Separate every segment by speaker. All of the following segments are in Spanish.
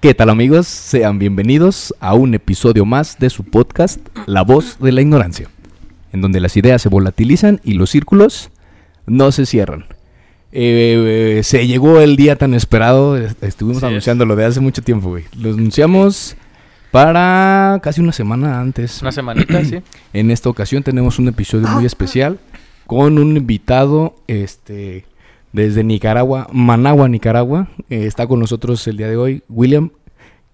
Speaker 1: ¿Qué tal amigos? Sean bienvenidos a un episodio más de su podcast La voz de la ignorancia, en donde las ideas se volatilizan y los círculos no se cierran. Eh, eh, se llegó el día tan esperado, est- estuvimos
Speaker 2: Así es.
Speaker 1: anunciándolo de hace mucho tiempo, güey. Lo anunciamos para casi una semana antes.
Speaker 2: Una semanita, sí.
Speaker 1: En esta ocasión tenemos un episodio muy especial con un invitado este, desde Nicaragua, Managua, Nicaragua. Eh, está con nosotros el día de hoy William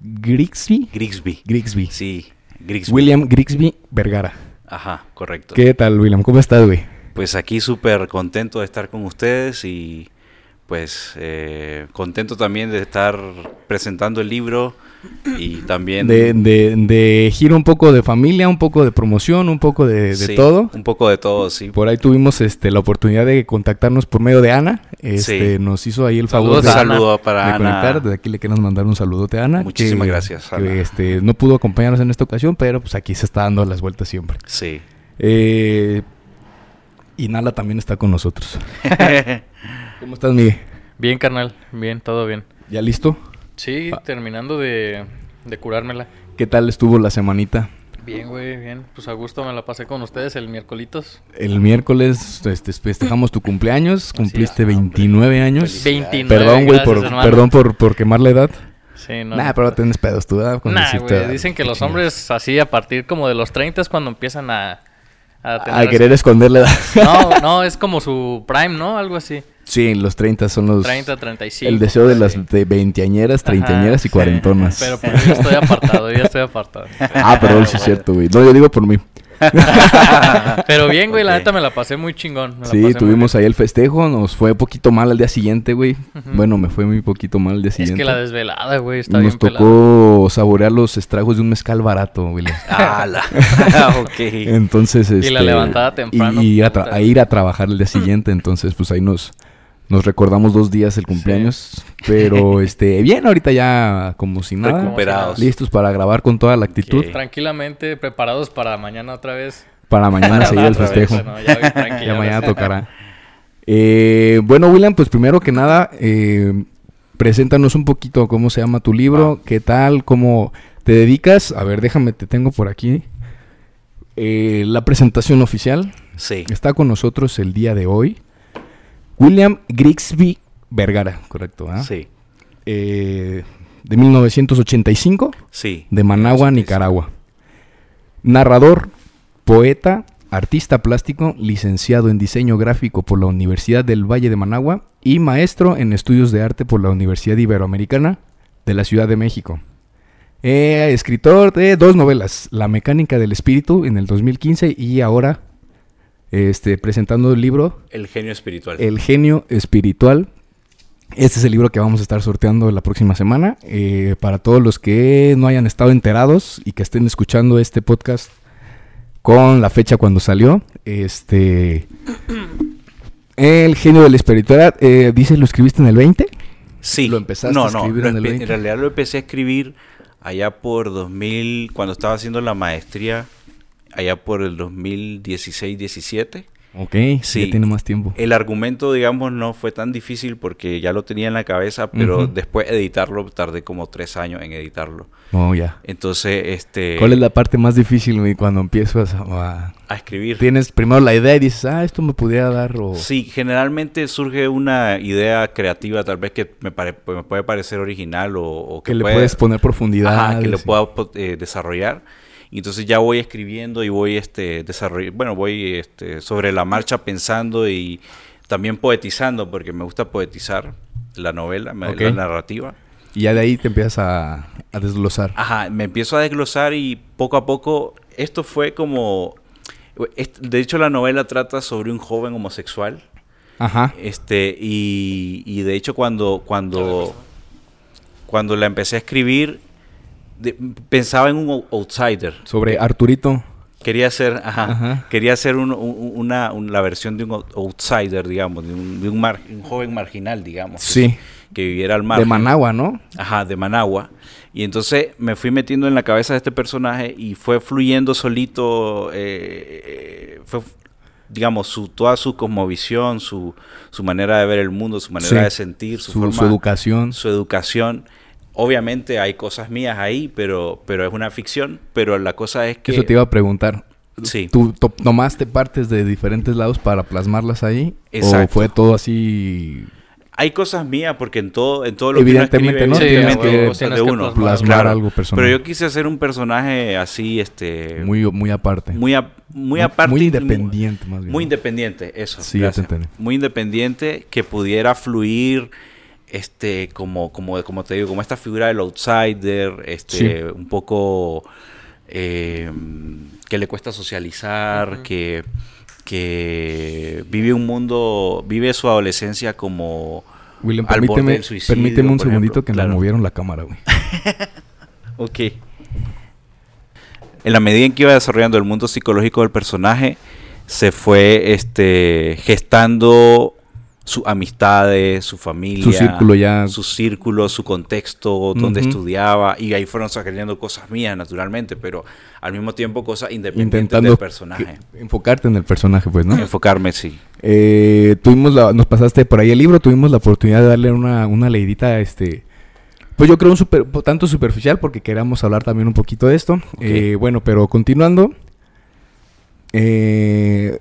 Speaker 1: Grigsby.
Speaker 3: Grigsby.
Speaker 1: Grigsby.
Speaker 3: Sí, Grigsby.
Speaker 1: William Grigsby Vergara.
Speaker 3: Ajá, correcto.
Speaker 1: ¿Qué tal, William? ¿Cómo estás, güey?
Speaker 3: Pues aquí súper contento de estar con ustedes y pues eh, contento también de estar presentando el libro y también...
Speaker 1: De, de, de giro un poco de familia, un poco de promoción, un poco de, de
Speaker 3: sí,
Speaker 1: todo.
Speaker 3: Un poco de todo, sí.
Speaker 1: Por ahí tuvimos este, la oportunidad de contactarnos por medio de Ana. Este,
Speaker 3: Sí.
Speaker 1: Nos hizo ahí el favor
Speaker 2: Saludos
Speaker 3: Un
Speaker 1: de,
Speaker 2: a
Speaker 3: saludo
Speaker 1: pues, de
Speaker 3: para
Speaker 1: conectar.
Speaker 3: Ana.
Speaker 1: Desde aquí le queremos mandar un saludote a Ana.
Speaker 3: Muchísimas gracias, Ana.
Speaker 1: que, este, no pudo acompañarnos en esta ocasión, pero pues aquí se está dando las vueltas siempre.
Speaker 3: Sí.
Speaker 1: Eh, y Nala también está con nosotros. ¿Cómo estás, Miguel?
Speaker 2: Bien, carnal. Bien, todo bien.
Speaker 1: ¿Ya listo?
Speaker 2: Sí,
Speaker 1: Ah.
Speaker 2: terminando de, de curármela.
Speaker 1: ¿Qué tal estuvo la semanita?
Speaker 2: Bien, güey, bien. Pues a gusto me la pasé con ustedes el miércoles.
Speaker 1: El miércoles este, festejamos tu cumpleaños, cumpliste
Speaker 3: es, hombre.
Speaker 1: 29 años.
Speaker 3: Felicidades.
Speaker 2: 29.
Speaker 1: Perdón, güey, por,
Speaker 2: gracias, hermano.
Speaker 1: perdón por, por quemar la edad.
Speaker 2: Sí, no.
Speaker 1: Nah, pero tienes pedos tú, ¿verdad? Con
Speaker 2: Nah,
Speaker 1: decirte
Speaker 2: güey.
Speaker 1: edad.
Speaker 2: Dicen que
Speaker 1: Qué
Speaker 2: los
Speaker 1: chingados.
Speaker 2: hombres así a partir como de los 30 es cuando empiezan a... A, tener
Speaker 1: A
Speaker 2: así-
Speaker 1: querer esconder la edad.
Speaker 2: No, no, es como su prime, ¿no? Algo así.
Speaker 1: Sí, los 30 son los...
Speaker 2: 30, 35.
Speaker 1: Pues el deseo de
Speaker 2: sí.
Speaker 1: las de veinteañeras,
Speaker 2: Ajá,
Speaker 1: treintañeras y
Speaker 2: sí.
Speaker 1: cuarentonas.
Speaker 2: Pero pues yo estoy apartado, yo ya estoy apartado.
Speaker 1: Ah, perdón, sí es cierto, güey. No, yo digo por mí.
Speaker 2: Pero bien, güey, la
Speaker 3: Ok.
Speaker 2: neta me la pasé muy chingón. me la pasé muy
Speaker 1: Sí, tuvimos ahí el festejo, nos fue poquito mal al día siguiente, güey.
Speaker 2: Ujú.
Speaker 1: Bueno, me fue muy poquito mal al día
Speaker 2: bien.
Speaker 1: siguiente.
Speaker 2: Es que la desvelada, güey, está
Speaker 1: Nos
Speaker 2: bien
Speaker 1: tocó saborear los estragos de un mezcal barato, güey.
Speaker 3: Ala. ok.
Speaker 1: Entonces,
Speaker 2: Y la
Speaker 1: este,
Speaker 2: levantada temprano,
Speaker 1: Y, ir a, tra-
Speaker 2: puta.
Speaker 1: a ir a trabajar el día siguiente, entonces, pues ahí nos, nos recordamos dos días el cumpleaños. Pero, este, bien, ahorita ya como si nada.
Speaker 3: Recuperados.
Speaker 1: Listos para grabar con toda la actitud.
Speaker 3: Ok.
Speaker 2: Tranquilamente preparados para mañana otra vez.
Speaker 1: Para mañana
Speaker 3: Para
Speaker 1: seguir Ah, el
Speaker 3: otra vez,
Speaker 1: festejo.
Speaker 2: Bueno, ya, bien
Speaker 1: Ya
Speaker 2: tranqui, ya
Speaker 1: mañana
Speaker 2: ves.
Speaker 1: tocará. Eh, bueno, William, pues primero que nada, eh, preséntanos un poquito cómo se llama tu
Speaker 3: Ah.
Speaker 1: libro, qué tal, cómo te dedicas. A ver, déjame, te tengo por aquí. Eh, la presentación oficial.
Speaker 3: Sí.
Speaker 1: Está con nosotros el día de hoy William Grigsby Vergara, correcto, ¿ah?
Speaker 3: Sí.
Speaker 1: Eh, de 1985
Speaker 3: Sí.
Speaker 1: de Managua, Nicaragua. Narrador, poeta, artista plástico, licenciado en diseño gráfico por la Universidad del Valle de Managua y maestro en estudios de arte por la Universidad Iberoamericana de la Ciudad de México. Eh, escritor de dos novelas, La mecánica del espíritu en el 2015 y ahora este, presentando el libro
Speaker 3: El genio espiritual.
Speaker 1: el genio espiritual. Este es el libro que vamos a estar sorteando la próxima semana. Eh, para todos los que no hayan estado enterados y que estén escuchando este podcast con la fecha cuando salió, este. El genio del espiritual, eh, dice, ¿lo escribiste en el 20?
Speaker 3: Sí.
Speaker 1: ¿Lo empezaste
Speaker 3: no,
Speaker 1: a escribir
Speaker 3: no,
Speaker 1: en
Speaker 3: lo
Speaker 1: el
Speaker 3: empe-
Speaker 1: 20?
Speaker 3: En realidad lo empecé a escribir allá por 2000, cuando estaba haciendo la maestría, allá por el 2016-17.
Speaker 1: Ok,
Speaker 3: Sí.
Speaker 1: ya tiene más tiempo.
Speaker 3: El argumento, digamos, no fue tan difícil porque ya lo tenía en la cabeza, pero
Speaker 1: Ujú.
Speaker 3: después editarlo tardé como tres años en editarlo.
Speaker 1: Oh, ya.
Speaker 3: Entonces, este...
Speaker 1: ¿Cuál es la parte más difícil güey, cuando empiezas a, a-
Speaker 3: A escribir.
Speaker 1: Tienes primero la idea y dices, ah, esto me pudiera dar o...
Speaker 3: Sí, generalmente surge una idea creativa, tal vez que me, pare- me puede parecer original o, o
Speaker 1: que le
Speaker 3: puede-
Speaker 1: puedes poner profundidad.
Speaker 3: Ajá, que lo
Speaker 1: sí.
Speaker 3: pueda po- eh, desarrollar. Y entonces ya voy escribiendo y voy este desarroll- bueno, voy este, sobre la marcha pensando y también poetizando porque me gusta poetizar la novela, me-
Speaker 1: Ok.
Speaker 3: la narrativa.
Speaker 1: Y ya de ahí te empiezas a, a desglosar.
Speaker 3: Ajá, me empiezo a desglosar y poco a poco esto fue como est- de hecho la novela trata sobre un joven homosexual
Speaker 1: Ajá.
Speaker 3: Este, y, y de hecho cuando, cuando, cuando la empecé a escribir, de- pensaba en un ou- outsider.
Speaker 1: Sobre Arturito.
Speaker 3: Quería hacer, ajá,
Speaker 1: Ajá.
Speaker 3: quería hacer un- un- una, un- la versión de un ou- outsider, digamos, de un, de un mar- un joven marginal, digamos. que-
Speaker 1: Sí.
Speaker 3: Que, viviera al mar.
Speaker 1: De Managua, ¿no?
Speaker 3: Ajá, de Managua. Y entonces me fui metiendo en la cabeza de este personaje y fue fluyendo solito, eh, eh, fue, digamos, su, toda su cosmovisión, su, su manera de ver el mundo, su manera
Speaker 1: Sí.
Speaker 3: de sentir, su,
Speaker 1: Su,
Speaker 3: forma,
Speaker 1: su educación.
Speaker 3: su educación. Obviamente hay cosas mías ahí, pero, pero es una ficción, pero la cosa es que...
Speaker 1: Eso te iba a preguntar.
Speaker 3: Sí.
Speaker 1: ¿Tú to- tomaste partes de diferentes lados para plasmarlas ahí? ¿O
Speaker 3: Exacto.
Speaker 1: fue todo así
Speaker 3: Hay cosas mías porque en todo, en todo lo
Speaker 1: Evidentemente,
Speaker 3: que
Speaker 1: ¿no?
Speaker 3: uno escribe,
Speaker 1: Sí,
Speaker 3: evidentemente
Speaker 1: tienes
Speaker 3: hay
Speaker 1: que-
Speaker 3: cosas
Speaker 2: tienes
Speaker 3: de
Speaker 2: que
Speaker 3: uno.
Speaker 2: plasmar.
Speaker 1: Plasmar algo personal.
Speaker 3: Pero yo quise hacer un personaje así, este, muy,
Speaker 1: muy, muy aparte?
Speaker 3: a- muy aparte,
Speaker 1: Muy
Speaker 3: y-
Speaker 1: independiente, más bien.
Speaker 3: muy independiente, eso.
Speaker 1: Sí, ya te
Speaker 3: gracias.
Speaker 1: entendí.
Speaker 3: Muy independiente que pudiera fluir, este, como, como, como te digo, como esta figura del outsider, este,
Speaker 1: Sí.
Speaker 3: un poco eh, que le cuesta socializar, que que vive un mundo, vive su adolescencia como
Speaker 1: William,
Speaker 3: al borde
Speaker 1: permíteme,
Speaker 3: del suicidio,
Speaker 1: permíteme un
Speaker 3: por ejemplo,
Speaker 1: segundito que nos
Speaker 3: claro.
Speaker 1: movieron la cámara, güey.
Speaker 3: Ok. En la medida en que iba desarrollando el mundo psicológico del personaje, se fue este, gestando sus amistades, su familia,
Speaker 1: Su círculo ya-
Speaker 3: su círculo, su contexto, donde
Speaker 1: Ujú.
Speaker 3: estudiaba, y ahí fueron sacando cosas mías, naturalmente, pero al mismo tiempo cosas independientes
Speaker 1: Intentando
Speaker 3: del personaje.
Speaker 1: que- enfocarte en el personaje, pues, ¿no?
Speaker 3: Enfocarme, sí.
Speaker 1: Eh, tuvimos la, nos pasaste por ahí el libro, tuvimos la oportunidad de darle una, una leidita, este, pues yo creo un super, tanto superficial porque queríamos hablar también un poquito de esto. Eh, bueno, pero continuando, eh,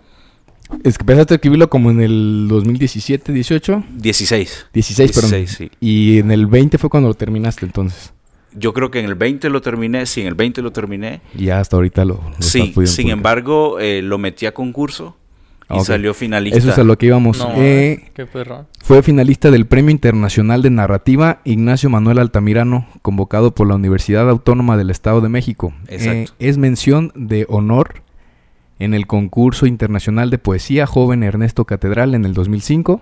Speaker 1: es que empezaste a escribirlo como en el 2017, 18,
Speaker 3: 16.
Speaker 1: 16, perdón.
Speaker 3: 16, sí.
Speaker 1: Y en el 20 fue cuando lo terminaste entonces.
Speaker 3: Yo creo que en el 20 lo terminé, sí, en el 20 lo terminé.
Speaker 1: Y ya hasta ahorita lo... lo estás
Speaker 3: Sí,
Speaker 1: pudiendo
Speaker 3: sin
Speaker 1: publicar.
Speaker 3: embargo, eh, lo metí a concurso y
Speaker 1: Ah, ok.
Speaker 3: salió finalista.
Speaker 1: Eso es a lo que íbamos.
Speaker 2: No,
Speaker 1: Eh,
Speaker 2: qué perro.
Speaker 1: Fue finalista del Premio Internacional de Narrativa Ignacio Manuel Altamirano, convocado por la Universidad Autónoma del Estado de México.
Speaker 3: Exacto.
Speaker 1: Eh, es mención de honor en el concurso internacional de poesía Joven Ernesto Catedral en el 2005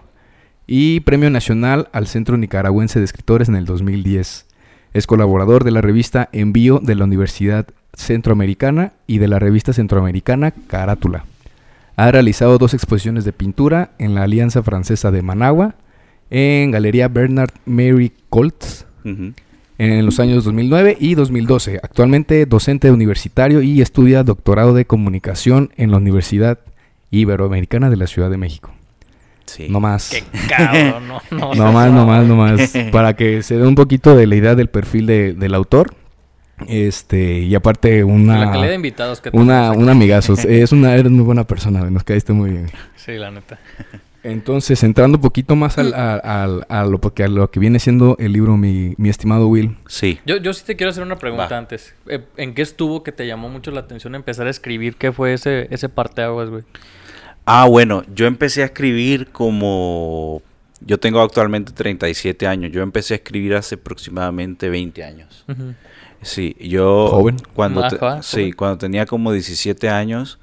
Speaker 1: y Premio Nacional al Centro Nicaragüense de Escritores en el 2010. Es colaborador de la revista Envío de la Universidad Centroamericana y de la revista Centroamericana Carátula. Ha realizado dos exposiciones de pintura en la Alianza Francesa de Managua, en Galería Bernard Mary Colts
Speaker 3: Ujú.
Speaker 1: en los años 2009 y 2012. Actualmente docente universitario y estudia doctorado de comunicación en la Universidad Iberoamericana de la Ciudad de México.
Speaker 3: Sí.
Speaker 1: No más.
Speaker 2: Qué cabrón, no, no.
Speaker 1: No más, no más, no más. Para que se dé un poquito de la idea del perfil de- del autor. Este, y aparte
Speaker 2: La calidad de
Speaker 1: una...
Speaker 2: invitados que
Speaker 1: Una,
Speaker 2: tenemos
Speaker 1: un amigazo. Es una, eres muy buena persona, güey, nos caíste muy bien.
Speaker 2: aquí. Sí, la neta.
Speaker 1: Entonces, entrando un poquito más
Speaker 3: Mm.
Speaker 1: al, al- al- a, lo, porque a lo que viene siendo el libro, mi, mi estimado Will.
Speaker 3: Sí.
Speaker 2: Yo, yo sí te quiero hacer una pregunta
Speaker 3: Va.
Speaker 2: antes. Eh, ¿En qué estuvo que te llamó mucho la atención empezar a escribir? ¿Qué fue ese, ese parteaguas, güey?
Speaker 3: Ah, bueno, yo empecé a escribir como... Yo tengo actualmente 37 años. Yo empecé a escribir hace aproximadamente 20 años. Sí, yo...
Speaker 1: Joven.
Speaker 3: Cuando
Speaker 2: Ah,
Speaker 3: te-
Speaker 2: joven,
Speaker 3: Sí,
Speaker 2: joven.
Speaker 3: cuando tenía como 17 años,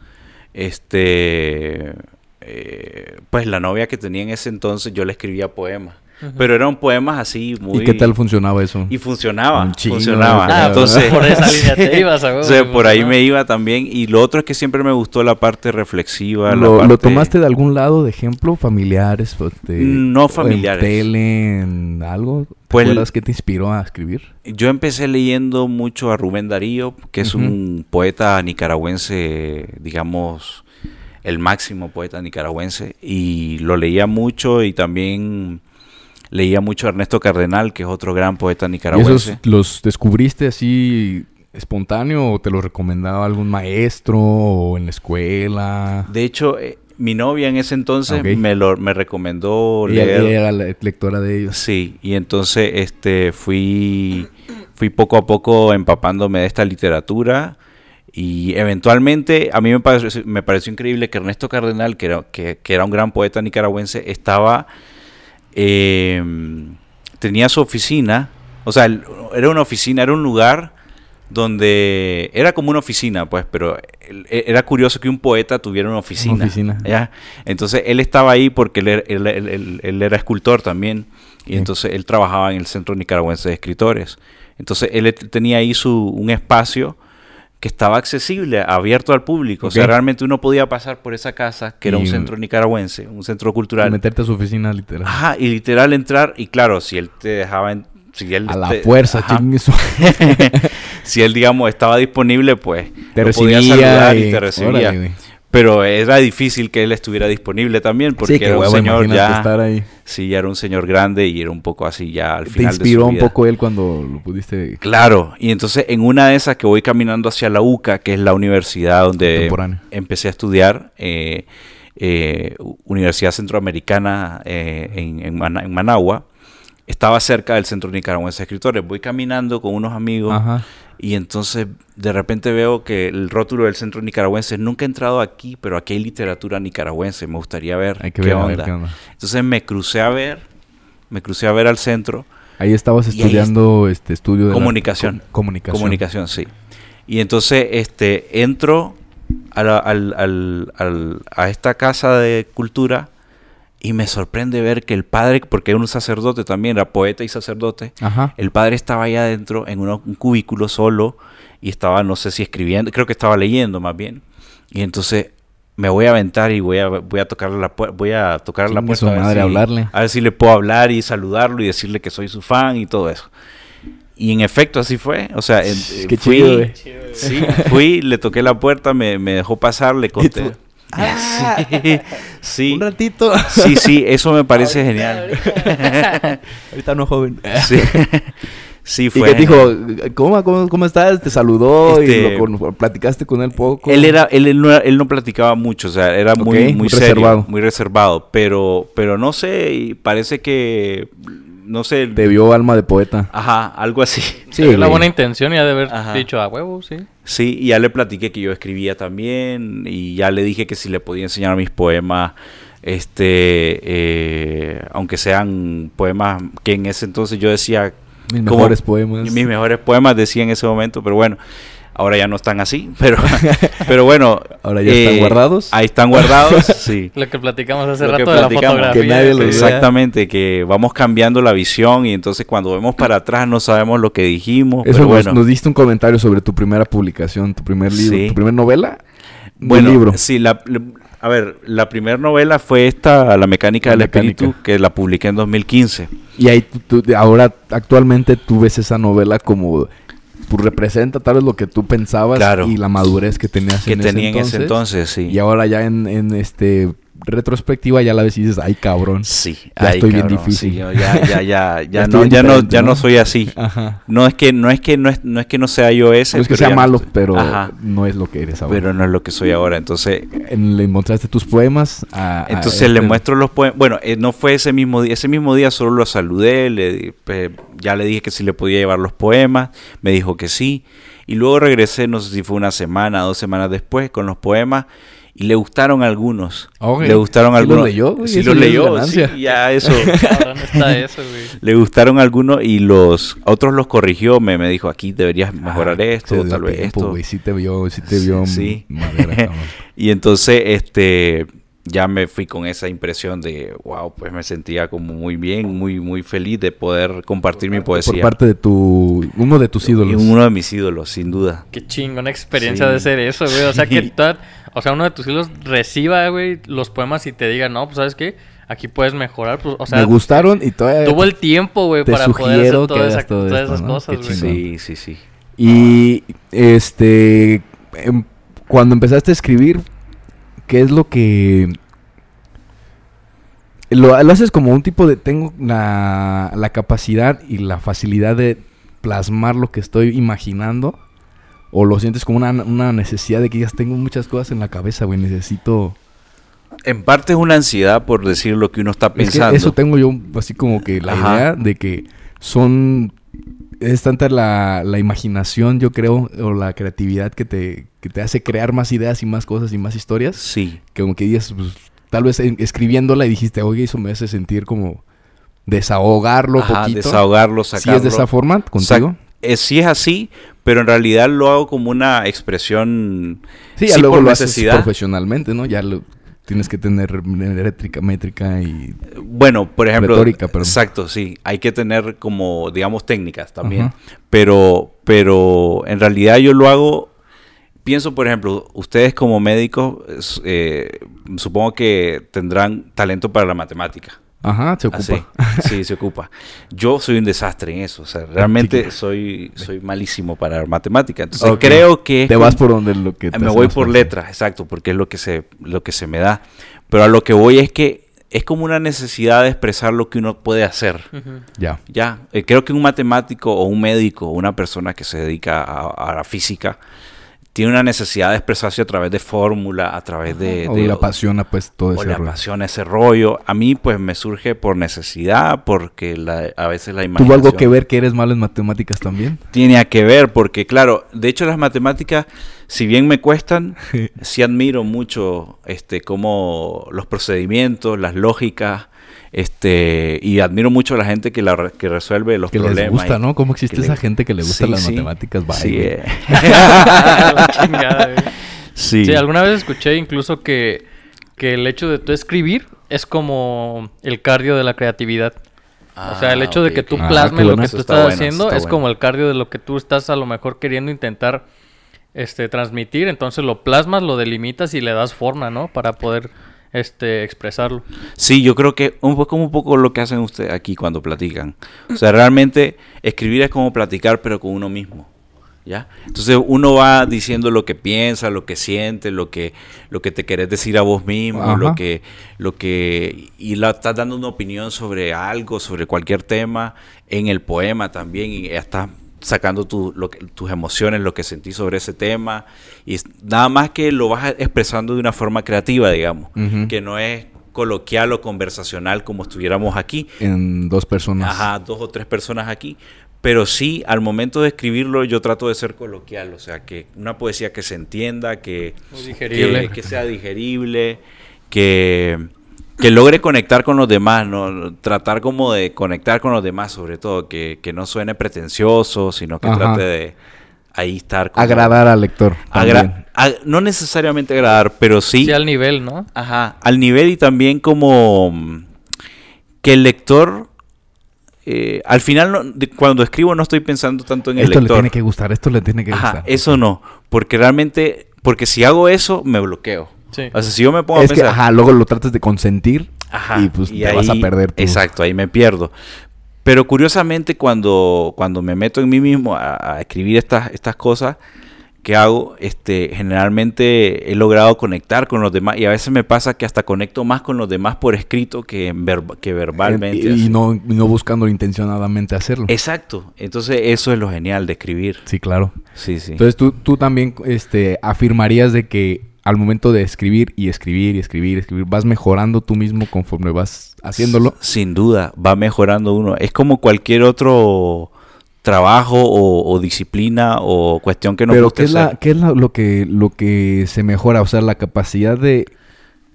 Speaker 3: este... eh, pues la novia que tenía en ese entonces yo le escribía poemas. Pero eran poemas así muy...
Speaker 1: ¿Y qué tal funcionaba eso?
Speaker 3: Y funcionaba,
Speaker 1: Un chingo,
Speaker 3: funcionaba.
Speaker 1: Ah,
Speaker 3: Entonces,
Speaker 2: pues, por esa línea te ibas, a huevo,
Speaker 3: Entonces,
Speaker 2: güey,
Speaker 3: por ahí
Speaker 2: ¿no?
Speaker 3: me iba también. Y lo otro es que siempre me gustó la parte reflexiva. la
Speaker 1: ¿Lo, lo
Speaker 3: parte-
Speaker 1: tomaste de algún lado, de ejemplo, familiares? o de-
Speaker 3: No
Speaker 1: o
Speaker 3: familiares.
Speaker 1: ¿En tele, en algo? ¿Te
Speaker 3: Pues-
Speaker 1: acuerdas qué te inspiró a escribir?
Speaker 3: Yo empecé leyendo mucho a Rubén Darío, que es
Speaker 1: Ujú.
Speaker 3: un poeta nicaragüense, digamos, el máximo poeta nicaragüense. Y lo leía mucho y también leía mucho a Ernesto Cardenal, que es otro gran poeta
Speaker 1: ¿Y esos
Speaker 3: nicaragüense.
Speaker 1: los descubriste así espontáneo o te los recomendaba algún maestro o en la escuela?
Speaker 3: De hecho, eh, mi novia en ese entonces
Speaker 1: Ok.
Speaker 3: me, lo, me recomendó
Speaker 1: Ella,
Speaker 3: leer...
Speaker 1: ella era la lectora de ellos.
Speaker 3: Sí, y entonces este fui fui poco a poco empapándome de esta literatura y eventualmente a mí me pareció, me pareció increíble que Ernesto Cardenal, que era, que, que era un gran poeta nicaragüense, estaba eh, tenía su oficina, o sea, el- era una oficina, era un lugar donde era como una oficina, pues, pero el- e- era curioso que un poeta tuviera una oficina.
Speaker 1: oficina.
Speaker 3: ¿ya? Entonces él estaba ahí porque él, era- él- él- él- él era escultor también, y
Speaker 1: Sí.
Speaker 3: entonces él trabajaba en el Centro Nicaragüense de Escritores. Entonces él et- tenía ahí su, un espacio que estaba accesible, abierto al público. O sea,
Speaker 1: Ok.
Speaker 3: realmente uno podía pasar por esa casa, que era
Speaker 1: Y-
Speaker 3: un centro nicaragüense, un centro cultural.
Speaker 1: Meterte a su oficina literal.
Speaker 3: Ajá, y literal entrar, y claro, si él te dejaba en- si él
Speaker 1: a la
Speaker 3: te-
Speaker 1: fuerza,
Speaker 3: este, ajá.
Speaker 1: chingue su-
Speaker 3: si él, digamos, estaba disponible, pues
Speaker 1: Te
Speaker 3: lo podías
Speaker 1: recibía
Speaker 3: saludar y,
Speaker 1: y-
Speaker 3: te recibía.
Speaker 1: órale, güey.
Speaker 3: Pero era difícil que él estuviera disponible también, porque
Speaker 1: qué
Speaker 3: era un
Speaker 1: huevo,
Speaker 3: señor
Speaker 1: imagínate
Speaker 3: ya.
Speaker 1: estar ahí.
Speaker 3: Sí, ya era un señor grande y era un poco así ya al
Speaker 1: Te
Speaker 3: final.
Speaker 1: inspiró
Speaker 3: de su
Speaker 1: un
Speaker 3: vida.
Speaker 1: poco él cuando lo pudiste
Speaker 3: Claro, y entonces en una de esas que voy caminando hacia la UCA, que es la universidad donde
Speaker 1: Contemporánea.
Speaker 3: empecé a estudiar, eh, eh, U- Universidad Centroamericana eh, en, en Mana- en Managua, estaba cerca del Centro Nicaragüense de Escritores. Voy caminando con unos amigos
Speaker 1: Ajá.
Speaker 3: y entonces de repente veo que el rótulo del Centro Nicaragüense, nunca he entrado aquí, pero aquí hay literatura nicaragüense, me gustaría ver,
Speaker 1: Hay que
Speaker 3: qué,
Speaker 1: ver, a
Speaker 3: onda.
Speaker 1: ver qué onda.
Speaker 3: Entonces me crucé a ver, me crucé a ver al centro.
Speaker 1: Ahí estabas
Speaker 3: Y ahí
Speaker 1: estudiando este estudio de la-
Speaker 3: Comunicación.
Speaker 1: co- comunicación.
Speaker 3: Comunicación, sí. Y entonces este, entro a, la- al- al- al- a esta casa de cultura y me sorprende ver que el padre, porque era un sacerdote también, era poeta y sacerdote,
Speaker 1: Ajá.
Speaker 3: el padre estaba ahí adentro en uno- un cubículo solo y estaba, no sé si escribiendo, creo que estaba leyendo más bien. Y entonces me voy a aventar y voy a, voy a tocar la, pu- voy a tocar la
Speaker 1: Chingue
Speaker 3: puerta.
Speaker 1: su
Speaker 3: a ver
Speaker 1: madre,
Speaker 3: si-
Speaker 1: hablarle.
Speaker 3: A ver si le puedo hablar y saludarlo y decirle que soy su fan y todo eso. Y en efecto así fue. O sea, en- eh,
Speaker 1: Qué
Speaker 3: fui,
Speaker 1: chido, güey.
Speaker 3: sí, fui, le toqué la puerta, me, me dejó pasar, le conté.
Speaker 1: tú, "Ah".
Speaker 3: Sí, sí,
Speaker 1: Un ratito.
Speaker 3: sí, sí, eso me parece genial.
Speaker 1: Ahorita no, joven.
Speaker 3: Sí, sí
Speaker 1: Y
Speaker 3: fue.
Speaker 1: que te dijo, ¿cómo, cómo, cómo estás? Te saludó y lo
Speaker 3: Este-
Speaker 1: con- platicaste con él poco.
Speaker 3: Él era, él, él no, él no platicaba mucho, o sea, era muy,
Speaker 1: Ok,
Speaker 3: muy
Speaker 1: muy
Speaker 3: serio,
Speaker 1: reservado.
Speaker 3: muy reservado, pero, pero no sé, y parece que, no sé,
Speaker 1: Te vio alma de poeta.
Speaker 3: ajá, algo así.
Speaker 1: Sí,
Speaker 2: la
Speaker 1: güey.
Speaker 2: buena intención y ha de haber
Speaker 3: Ajá.
Speaker 2: dicho a huevo, sí.
Speaker 3: Sí, y ya le platiqué que yo escribía también, y ya le dije que si le podía enseñar mis poemas, este, eh, aunque sean poemas que en ese entonces yo decía
Speaker 1: Mis
Speaker 3: como-
Speaker 1: mejores poemas.
Speaker 3: Mis mejores poemas decía en ese momento, pero bueno, ahora ya no están así, pero, pero bueno.
Speaker 1: Ahora ya
Speaker 3: Eh,
Speaker 1: están guardados.
Speaker 3: Ahí están guardados, sí.
Speaker 2: Lo que platicamos hace
Speaker 3: Lo que
Speaker 2: rato de la
Speaker 3: platicamos.
Speaker 2: fotografía.
Speaker 1: Que nadie lo
Speaker 2: sí.
Speaker 1: vea.
Speaker 3: Exactamente, que vamos cambiando la visión y entonces cuando vemos para atrás no sabemos lo que dijimos,
Speaker 1: Eso
Speaker 3: pero
Speaker 1: nos,
Speaker 3: bueno.
Speaker 1: nos diste un comentario sobre tu primera publicación, tu primer libro,
Speaker 3: Sí.
Speaker 1: tu primera novela. un
Speaker 3: Bueno,
Speaker 1: libro.
Speaker 3: sí, la, a ver, la primera novela fue esta, La mecánica
Speaker 1: La
Speaker 3: del
Speaker 1: mecánica.
Speaker 3: espíritu, que la publiqué en 2015.
Speaker 1: Y ahí tú- tú- ahora actualmente tú ves esa novela como pues, representa tal vez lo que tú pensabas
Speaker 3: Claro.
Speaker 1: y la madurez que tenías
Speaker 3: Que
Speaker 1: en
Speaker 3: tenía en
Speaker 1: ese
Speaker 3: ese entonces, sí.
Speaker 1: Y ahora ya en, en este retrospectiva ya la ves y dices, ay cabrón.
Speaker 3: Sí,
Speaker 1: Ya estoy bien difícil.
Speaker 3: sí, yo ya, ya, ya, ya,
Speaker 1: estoy bien
Speaker 3: no, ya no,
Speaker 1: diferente,
Speaker 3: ya
Speaker 1: ¿no?
Speaker 3: no soy así.
Speaker 1: Ajá.
Speaker 3: No es que no es que no es, no es que no sea yo ese,
Speaker 1: No es que
Speaker 3: pero
Speaker 1: sea
Speaker 3: ya no
Speaker 1: malo,
Speaker 3: estoy-
Speaker 1: pero
Speaker 3: Ajá,
Speaker 1: no es lo que eres ahora.
Speaker 3: pero no es lo que soy ahora, entonces
Speaker 1: En- le mostraste tus poemas a... a
Speaker 3: entonces
Speaker 1: este-
Speaker 3: le muestro los poemas. Bueno, eh, no fue ese mismo día. Ese mismo día solo lo saludé. Le, di- pues, ya le dije que si le podía llevar los poemas. Me dijo que sí. Y luego regresé, no sé si fue una semana, dos semanas después, con los poemas. Y le gustaron algunos.
Speaker 1: Ok.
Speaker 3: Le gustaron
Speaker 1: ¿Sí los
Speaker 3: algunos.
Speaker 1: leyó, güey?
Speaker 3: Sí
Speaker 1: Eso
Speaker 3: los
Speaker 1: ya es
Speaker 3: leyó. sí,
Speaker 1: ganancia.
Speaker 3: ya eso.
Speaker 2: Cabrón está eso, güey.
Speaker 3: le gustaron algunos y los otros los corrigió. Me, me dijo, aquí deberías mejorar
Speaker 1: Ah, se
Speaker 3: esto,
Speaker 1: dio
Speaker 3: tal vez
Speaker 1: tiempo,
Speaker 3: esto.
Speaker 1: güey, sí te vio, sí te
Speaker 3: Sí,
Speaker 1: vio.
Speaker 3: sí.
Speaker 1: madera, cabrón.
Speaker 3: Y entonces, este, ya me fui con esa impresión de, wow, pues me sentía como muy bien, muy, muy feliz de poder compartir mi
Speaker 1: Por
Speaker 3: poesía.
Speaker 1: parte de tu... Uno de tus
Speaker 3: Y
Speaker 1: ídolos.
Speaker 3: uno de mis ídolos, sin duda.
Speaker 2: Qué chingona experiencia
Speaker 3: Sí.
Speaker 2: de ser eso, güey. O sea, que
Speaker 3: Sí.
Speaker 2: tal- o sea, uno de tus hijos reciba, güey, los poemas y te diga, no, pues, ¿sabes qué? Aquí puedes mejorar. Pues, o sea,
Speaker 1: Me gustaron y todavía...
Speaker 2: tuvo el tiempo, güey,
Speaker 1: te
Speaker 2: para poder
Speaker 1: sugiero
Speaker 2: hacer
Speaker 1: que
Speaker 2: toda
Speaker 1: hagas
Speaker 2: esa-
Speaker 1: todo
Speaker 2: todas
Speaker 1: esto,
Speaker 2: esas
Speaker 1: ¿no?
Speaker 2: cosas,
Speaker 1: Qué
Speaker 2: güey.
Speaker 1: chingón.
Speaker 3: Sí, sí, sí.
Speaker 1: Y este, em, cuando empezaste a escribir, ¿qué es lo que... Lo, lo haces como un tipo de... Tengo la, la capacidad y la facilidad de plasmar lo que estoy imaginando. O lo sientes como una, una necesidad de que digas, tengo muchas cosas en la cabeza, güey, necesito...
Speaker 3: En parte es una ansiedad por decir lo que uno está
Speaker 1: Es que
Speaker 3: pensando.
Speaker 1: eso tengo yo así como que la
Speaker 3: Ajá.
Speaker 1: idea de que son... Es tanta la, la imaginación, yo creo, o la creatividad que te, que te hace crear más ideas y más cosas y más historias.
Speaker 3: Sí.
Speaker 1: Que como que dices, pues, tal vez en- escribiéndola y dijiste, oye, eso me hace sentir como desahogarlo
Speaker 3: Ajá,
Speaker 1: poquito.
Speaker 3: desahogarlo,
Speaker 1: Si
Speaker 3: sacarlo.
Speaker 1: es de esa forma contigo.
Speaker 3: Si es así, pero en realidad lo hago como una expresión
Speaker 1: Sí, ya
Speaker 3: sí,
Speaker 1: luego
Speaker 3: por
Speaker 1: lo haces
Speaker 3: necesidad.
Speaker 1: profesionalmente, ¿no? Ya lo, tienes que tener métrica, métrica y...
Speaker 3: Bueno, por ejemplo,
Speaker 1: Retórica, perdón.
Speaker 3: exacto, sí, hay que tener como, digamos, técnicas también,
Speaker 1: Ajá.
Speaker 3: pero, pero en realidad yo lo hago, pienso, por ejemplo, ustedes como médicos, es- eh, supongo que tendrán talento para la matemática.
Speaker 1: Ajá, se ocupa.
Speaker 3: Así. Sí, se ocupa. Yo soy un desastre en eso. O sea, realmente soy, soy malísimo para matemática. Entonces
Speaker 1: Ok.
Speaker 3: creo que... es
Speaker 1: Te
Speaker 3: como-
Speaker 1: vas por donde lo que te
Speaker 3: me
Speaker 1: hace
Speaker 3: voy
Speaker 1: más
Speaker 3: por
Speaker 1: fácil.
Speaker 3: letras, exacto, porque es lo que, se, lo que se me da. Pero a lo que voy es que es como una necesidad de expresar lo que uno puede hacer.
Speaker 2: Ujú.
Speaker 1: Ya.
Speaker 3: Ya, eh, creo que un matemático o un médico o una persona que se dedica a, a la física tiene una necesidad de expresarse a través de fórmula, a través de...
Speaker 1: o
Speaker 3: de-
Speaker 1: le apasiona pues todo
Speaker 3: o
Speaker 1: ese
Speaker 3: le
Speaker 1: rollo.
Speaker 3: apasiona ese rollo. A mí pues me surge por necesidad, porque la- a veces la imaginación...
Speaker 1: ¿Tuvo algo que ver que eres malo en matemáticas también?
Speaker 3: Tiene a que ver, porque claro, de hecho las matemáticas, si bien me cuestan, sí admiro mucho este como los procedimientos, las lógicas, este y admiro mucho a la gente que la re- que resuelve los
Speaker 1: Que
Speaker 3: problemas.
Speaker 1: les gusta,
Speaker 3: y-
Speaker 1: ¿no? ¿Cómo existe
Speaker 3: que
Speaker 1: esa
Speaker 3: les-
Speaker 1: gente que le gustan
Speaker 3: Sí,
Speaker 1: las
Speaker 3: sí.
Speaker 1: matemáticas? Bye,
Speaker 3: Sí,
Speaker 1: güey.
Speaker 3: eh.
Speaker 2: Ah, La chingada, güey.
Speaker 3: Sí.
Speaker 2: Sí, alguna vez escuché incluso que, que el hecho de tú escribir es como el cardio de la creatividad. o sea, el
Speaker 3: Ah,
Speaker 2: hecho
Speaker 3: ok,
Speaker 2: de que tú
Speaker 3: ok.
Speaker 1: Ah,
Speaker 2: plasmes
Speaker 1: qué
Speaker 2: lo
Speaker 1: bueno.
Speaker 2: que
Speaker 1: Eso
Speaker 2: tú
Speaker 3: está
Speaker 2: estás
Speaker 3: bueno, eso
Speaker 2: haciendo
Speaker 3: está
Speaker 2: es
Speaker 3: bueno.
Speaker 2: como el cardio de lo que tú estás a lo mejor queriendo intentar este transmitir, entonces lo plasmas, lo delimitas y le das forma, ¿no? Para poder este expresarlo.
Speaker 3: Sí, yo creo que un poco como un poco lo que hacen ustedes aquí cuando platican. O sea, realmente escribir es como platicar, pero con uno mismo. ¿Ya? Entonces uno va diciendo lo que piensa, lo que siente, lo que, lo que te querés decir a vos mismo,
Speaker 1: Ajá.
Speaker 3: lo que, lo que. Y la, estás dando una opinión sobre algo, sobre cualquier tema, en el poema también, y estás sacando tu- lo que- tus emociones, lo que sentís sobre ese tema, y es- nada más que lo vas expresando de una forma creativa, digamos,
Speaker 1: Ujú.
Speaker 3: que no es coloquial o conversacional como estuviéramos aquí,
Speaker 1: En dos personas.
Speaker 3: Ajá, dos o tres personas aquí. Pero sí, al momento de escribirlo, yo trato de ser coloquial, o sea, que una poesía que se entienda, que,
Speaker 2: Muy digerible.
Speaker 3: que, que sea digerible, que, que logre conectar con los demás, ¿no? Tratar como de conectar con los demás, sobre todo, que, que no suene pretencioso, sino que
Speaker 1: Ajá.
Speaker 3: trate de ahí estar. como-
Speaker 1: Agradar al lector.
Speaker 3: agra-
Speaker 1: también.
Speaker 3: ag- no necesariamente agradar, pero sí.
Speaker 2: Sí, al nivel, ¿no?
Speaker 3: Ajá, al nivel y también como mm, que el lector, eh, al final no- de- cuando escribo no estoy pensando tanto en el
Speaker 1: Esto le
Speaker 3: lector.
Speaker 1: tiene que gustar, esto le tiene que
Speaker 3: Ajá,
Speaker 1: gustar.
Speaker 3: eso no, porque realmente, porque si hago eso me bloqueo.
Speaker 2: Sí.
Speaker 3: O sea, si yo me pongo
Speaker 1: Es
Speaker 3: a
Speaker 1: que,
Speaker 3: pensar,
Speaker 1: ajá, luego lo tratas de consentir
Speaker 3: ajá,
Speaker 1: y pues te vas a
Speaker 3: ahí-
Speaker 1: perder. tu-
Speaker 3: Exacto, ahí me pierdo. Pero curiosamente cuando, cuando me meto en mí mismo a, a escribir estas, estas cosas que hago, este, generalmente he logrado conectar con los demás y a veces me pasa que hasta conecto más con los demás por escrito que, en verba- que verbalmente.
Speaker 1: Y, y
Speaker 3: así.
Speaker 1: no, y no buscando intencionadamente hacerlo.
Speaker 3: Exacto, entonces eso es lo genial de escribir.
Speaker 1: Sí, claro.
Speaker 3: Sí, sí.
Speaker 1: Entonces tú, tú también este, afirmarías de que al momento de escribir y escribir y escribir y escribir, vas mejorando tú mismo conforme vas haciéndolo.
Speaker 3: Sin duda, va mejorando uno. Es como cualquier otro trabajo o, o disciplina o cuestión que nos
Speaker 1: Pero
Speaker 3: guste
Speaker 1: ¿qué es, la,
Speaker 3: hacer.
Speaker 1: qué es la- lo, que, lo que se mejora? O sea, la capacidad de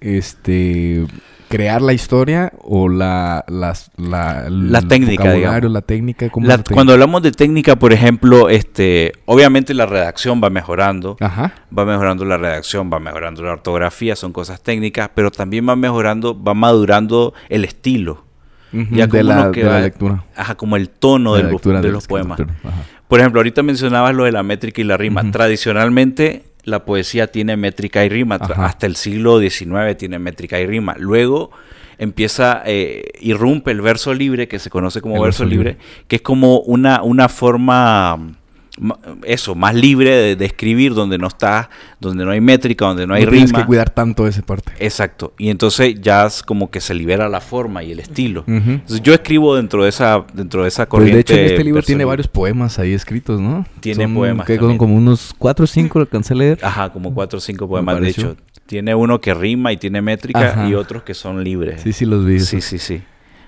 Speaker 1: este, crear la historia o la, las, la,
Speaker 3: La
Speaker 1: el
Speaker 3: técnica,
Speaker 1: vocabulario,
Speaker 3: digamos.
Speaker 1: la técnica. ¿cómo
Speaker 3: La-
Speaker 1: es la técnica?
Speaker 3: cuando hablamos de técnica, por ejemplo, este, obviamente la redacción va mejorando,
Speaker 1: Ajá.
Speaker 3: va mejorando la redacción, va mejorando la ortografía, son cosas técnicas, pero también va mejorando, va madurando el estilo.
Speaker 1: Ujú,
Speaker 3: Ya
Speaker 1: de
Speaker 3: como
Speaker 1: la,
Speaker 3: uno que
Speaker 1: de la
Speaker 3: va-
Speaker 1: lectura.
Speaker 3: Ajá, como el tono
Speaker 1: De
Speaker 3: de,
Speaker 1: la
Speaker 3: los-
Speaker 1: lectura,
Speaker 3: de
Speaker 1: de la
Speaker 3: los poemas.
Speaker 1: escritura, ajá.
Speaker 3: Por ejemplo, ahorita mencionabas lo de la métrica y la rima.
Speaker 1: Ujú.
Speaker 3: Tradicionalmente la poesía tiene métrica y rima. Tra-
Speaker 1: Ajá.
Speaker 3: Hasta el siglo XIX tiene métrica y rima. Luego empieza, eh, irrumpe el verso libre, que se conoce como
Speaker 1: El
Speaker 3: verso,
Speaker 1: verso
Speaker 3: libre,
Speaker 1: libre.
Speaker 3: que es como una, una forma, mm, ma- eso, más libre de, de escribir, donde no está, donde no hay métrica, donde no hay
Speaker 1: tienes
Speaker 3: rima.
Speaker 1: que cuidar tanto esa parte.
Speaker 3: Exacto. Y entonces ya es como que se libera la forma y el estilo.
Speaker 1: Ujú.
Speaker 3: Entonces, yo escribo dentro de esa, dentro de esa
Speaker 1: Mm. Pues
Speaker 3: corriente.
Speaker 1: de hecho, en este libro
Speaker 3: verso
Speaker 1: tiene
Speaker 3: libre.
Speaker 1: varios poemas ahí escritos, ¿no?
Speaker 3: Tiene
Speaker 1: Son,
Speaker 3: poemas
Speaker 1: Que son
Speaker 3: también. Ah,
Speaker 1: como unos cuatro o cinco, alcancé a leer.
Speaker 3: Ajá, como cuatro o cinco
Speaker 1: Mm. Me
Speaker 3: poemas. De
Speaker 1: pareció.
Speaker 3: hecho, tiene uno que rima y tiene métrica
Speaker 1: Ajá.
Speaker 3: y otros que son libres.
Speaker 1: Sí, sí, los vi.
Speaker 3: sí,
Speaker 1: esos.
Speaker 3: sí, sí.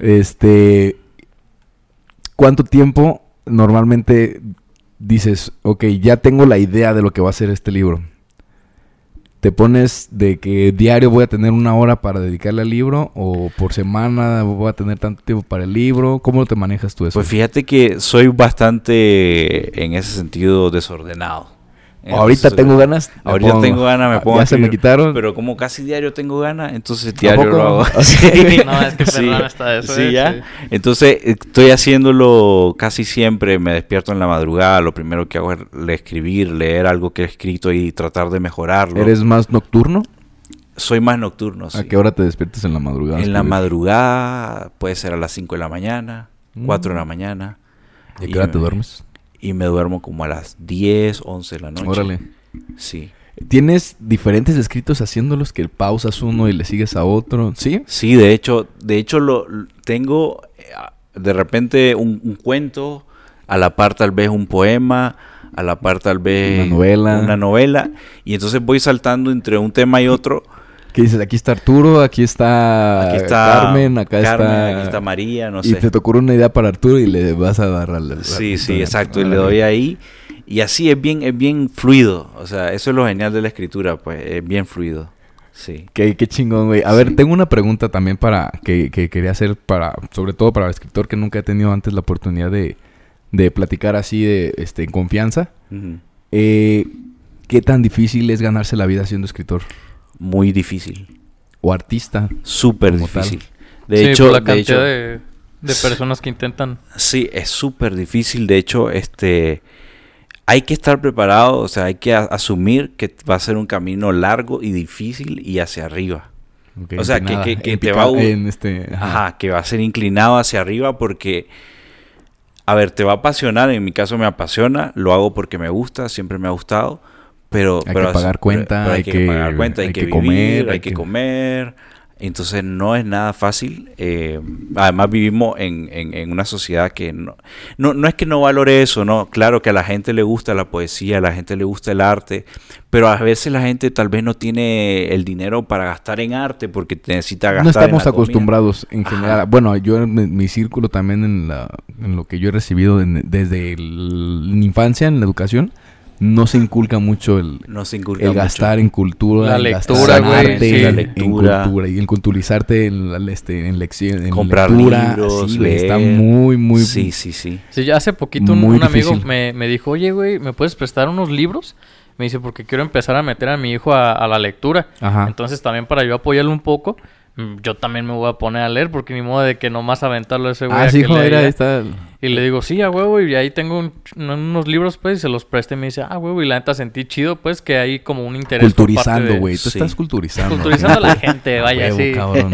Speaker 1: Este. ¿Cuánto tiempo normalmente dices, ok, ya tengo la idea de lo que va a ser este libro? ¿Te pones de que diario voy a tener una hora para dedicarle al libro? ¿O por semana voy a tener tanto tiempo para el libro? ¿Cómo te manejas tú eso?
Speaker 3: Pues fíjate que soy bastante, en ese sentido, desordenado.
Speaker 1: Ahorita
Speaker 3: Entonces,
Speaker 1: tengo ganas. me
Speaker 3: Ahorita
Speaker 1: pongo.
Speaker 3: tengo ganas, me
Speaker 1: Ah,
Speaker 3: pongo a
Speaker 1: Ya se me
Speaker 3: escribir,
Speaker 1: quitaron.
Speaker 3: Pero como casi diario tengo ganas, entonces
Speaker 1: ¿A
Speaker 3: diario lo
Speaker 1: poco?
Speaker 3: hago.
Speaker 1: Ok.
Speaker 2: No, es que perdón, hasta eso,
Speaker 3: sí,
Speaker 2: eh,
Speaker 3: ya.
Speaker 2: sí.
Speaker 3: Entonces estoy haciéndolo casi siempre. Me despierto en la madrugada. Lo primero que hago es le- escribir, leer algo que he escrito y tratar de mejorarlo.
Speaker 1: ¿Eres más nocturno?
Speaker 3: Soy más nocturno.
Speaker 1: ¿A
Speaker 3: sí.
Speaker 1: qué hora te despiertas en la madrugada?
Speaker 3: En la
Speaker 1: Escribes?
Speaker 3: madrugada, puede ser a las 5 de la mañana, 4 de la mañana.
Speaker 1: Mm. ¿Y a qué hora te
Speaker 3: me-
Speaker 1: duermes?
Speaker 3: Y me duermo como a las 10, 11 de la noche.
Speaker 1: Órale.
Speaker 3: Sí.
Speaker 1: ¿Tienes diferentes escritos haciéndolos que pausas uno y le sigues a otro? ¿Sí?
Speaker 3: Sí, de hecho, de hecho lo l- tengo eh, a- de repente un, un cuento, a la par tal vez un poema, a la par tal vez
Speaker 1: Una novela.
Speaker 3: una novela, y entonces voy saltando entre un tema y otro.
Speaker 1: Que dices, aquí está Arturo, aquí está,
Speaker 3: Aquí está
Speaker 1: Ah, Carmen, acá
Speaker 3: Carmen,
Speaker 1: está...
Speaker 3: aquí está María, no
Speaker 1: y
Speaker 3: sé.
Speaker 1: te te ocurre una idea para Arturo y le vas a dar al... al-
Speaker 3: Sí,
Speaker 1: al-
Speaker 3: sí, exacto. Y
Speaker 1: al-
Speaker 3: le doy ahí. Y así es bien, es bien fluido. O sea, eso es lo genial de la escritura, pues, es bien fluido. Sí.
Speaker 1: Qué, qué chingón, güey. A ver, tengo una pregunta también para que, que quería hacer para, sobre todo para el escritor que nunca he tenido antes la oportunidad de, de platicar así de este en confianza.
Speaker 3: Ujú.
Speaker 1: Eh, ¿Qué tan difícil es ganarse la vida siendo escritor?
Speaker 3: Muy difícil.
Speaker 1: O artista.
Speaker 3: Súper
Speaker 1: Como tal.
Speaker 3: difícil. De
Speaker 2: Sí,
Speaker 3: hecho,
Speaker 2: por la
Speaker 3: de
Speaker 2: cantidad de,
Speaker 3: hecho-
Speaker 2: de personas que intentan.
Speaker 3: Sí, es súper difícil. De hecho, este, hay que estar preparado, o sea, hay que a- asumir que va a ser un camino largo y difícil y hacia arriba.
Speaker 1: Ok,
Speaker 3: O sea, que-
Speaker 1: empinada,
Speaker 3: que- que
Speaker 1: en
Speaker 3: te
Speaker 1: pica-
Speaker 3: va a-
Speaker 1: en este, ajá.
Speaker 3: Ajá, que va a ser inclinado hacia arriba porque, a ver, te va a apasionar. En mi caso me apasiona, lo hago porque me gusta, siempre me ha gustado. Pero,
Speaker 1: Hay
Speaker 3: pero
Speaker 1: que pagar
Speaker 3: pero-
Speaker 1: cuenta,
Speaker 3: pero
Speaker 1: hay
Speaker 3: hay que,
Speaker 1: que-
Speaker 3: pagar cuenta, hay, que, comer, hay que comer. Entonces no es nada fácil. eh, además vivimos en, en- en una sociedad que no, no, no es que no valore eso, no. Claro que a la gente le gusta la poesía, a la gente le gusta el arte, pero a veces la gente tal vez no tiene el dinero para gastar en arte porque necesita gastar.
Speaker 1: No
Speaker 3: en la
Speaker 1: estamos
Speaker 3: comida.
Speaker 1: acostumbrados en
Speaker 3: Ajá.
Speaker 1: general. Ah, Bueno, yo en mi, mi círculo también en, la, en lo que yo he recibido en- desde el- la infancia, en la educación, no se inculca mucho el,
Speaker 3: No se inculca
Speaker 1: el
Speaker 3: mucho.
Speaker 1: gastar en cultura,
Speaker 2: La
Speaker 1: el gastar
Speaker 2: lectura,
Speaker 1: en
Speaker 2: güey,
Speaker 1: arte,
Speaker 2: sí. La
Speaker 1: en
Speaker 3: lectura.
Speaker 1: cultura y en culturizarte en, la- este, en lección, en
Speaker 3: Comprar
Speaker 1: lectura,
Speaker 3: libros,
Speaker 1: así, güey, está
Speaker 3: leer.
Speaker 1: muy, muy...
Speaker 3: Sí, sí, sí.
Speaker 2: Sí, ya hace poquito un,
Speaker 1: Muy
Speaker 2: un amigo
Speaker 1: difícil.
Speaker 2: me, me dijo, oye, güey, ¿me puedes prestar unos libros? Me dice, porque quiero empezar a meter a mi hijo a, a la lectura.
Speaker 1: Ajá.
Speaker 2: Entonces, también para yo apoyarlo un poco, mm, yo también me voy a poner a leer, porque ni modo de que nomás aventarlo a ese güey.
Speaker 1: ah,
Speaker 2: a
Speaker 1: sí,
Speaker 2: que
Speaker 1: hijo,
Speaker 2: lea.
Speaker 1: era esta...
Speaker 2: Y le digo, sí, a huevo, y ahí tengo un ch- unos libros, pues, y se los preste. Y me dice, ah, huevo, y la neta sentí chido, pues, que hay como un interés. por parte
Speaker 1: Culturizando,
Speaker 2: de-
Speaker 1: güey. Tú
Speaker 3: Sí.
Speaker 1: estás culturizando.
Speaker 2: Culturizando a la gente, vaya,
Speaker 1: Huevo,
Speaker 2: sí.
Speaker 1: cabrón.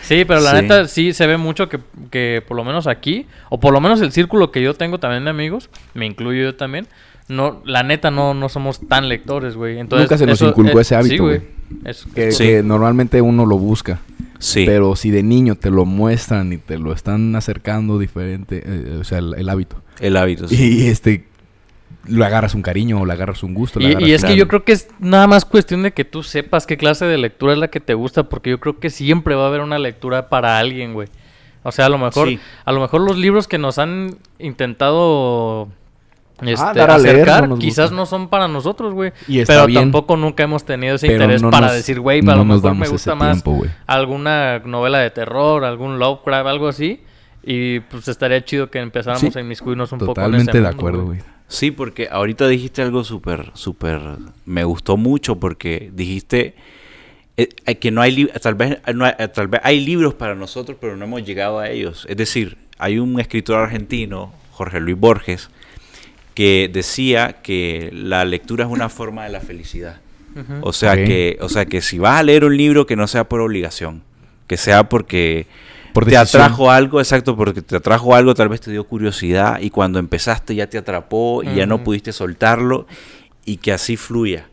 Speaker 2: Sí, pero la
Speaker 3: Sí.
Speaker 2: neta sí se ve mucho que, que por lo menos aquí, o por lo menos el círculo que yo tengo también de amigos, me incluyo yo también, no, la neta no, no somos tan lectores, güey. Entonces,
Speaker 1: Nunca se nos inculcó ese hábito,
Speaker 2: Sí, güey. Es-
Speaker 1: que,
Speaker 3: Sí.
Speaker 1: que normalmente uno lo busca.
Speaker 3: Sí.
Speaker 1: Pero si de niño te lo muestran y te lo están acercando diferente, eh, o sea, el, el hábito.
Speaker 3: el hábito. Pues sí.
Speaker 1: Y este, lo agarras un cariño o le agarras un gusto. le
Speaker 2: Y,
Speaker 1: agarras
Speaker 2: y es que
Speaker 1: un-
Speaker 2: yo creo que es nada más cuestión de que tú sepas qué clase de lectura es la que te gusta, porque yo creo que siempre va a haber una lectura para alguien, güey. O sea, a lo mejor,
Speaker 3: Sí.
Speaker 2: a lo mejor los libros que nos han intentado este,
Speaker 1: Ah, dar a leer
Speaker 2: acercar,
Speaker 1: no nos
Speaker 2: quizás
Speaker 1: gusta.
Speaker 2: no son para nosotros, güey.
Speaker 1: Y está
Speaker 2: Pero
Speaker 1: bien.
Speaker 2: tampoco nunca hemos tenido ese
Speaker 1: Pero
Speaker 2: interés
Speaker 1: no
Speaker 2: para
Speaker 1: nos-
Speaker 2: decir, güey,
Speaker 1: no
Speaker 2: a lo
Speaker 1: nos
Speaker 2: mejor
Speaker 1: damos
Speaker 2: me
Speaker 1: ese
Speaker 2: gusta más
Speaker 1: tiempo, güey.
Speaker 2: alguna novela de terror, algún Lovecraft, algo así. Y pues estaría chido que empezáramos
Speaker 1: Sí.
Speaker 2: a inmiscuirnos un poco en ese
Speaker 1: Totalmente de
Speaker 2: mundo,
Speaker 1: acuerdo, güey.
Speaker 3: Sí, porque ahorita dijiste algo súper, súper... Me gustó mucho porque dijiste eh, eh, que no hay... li- Tal vez, no hay- eh, tal vez hay libros para nosotros, pero no hemos llegado a ellos. Es decir, hay un escritor argentino, Jorge Luis Borges, que decía que la lectura es una forma de la felicidad. O sea,
Speaker 1: Ok.
Speaker 3: que, o sea que si vas a leer un libro que no sea por obligación, que sea porque
Speaker 1: Por
Speaker 3: te
Speaker 1: decisión.
Speaker 3: atrajo algo, exacto, porque te atrajo algo, tal vez te dio curiosidad y cuando empezaste ya te atrapó y ya no
Speaker 2: Ujú.
Speaker 3: pudiste soltarlo y que así fluya.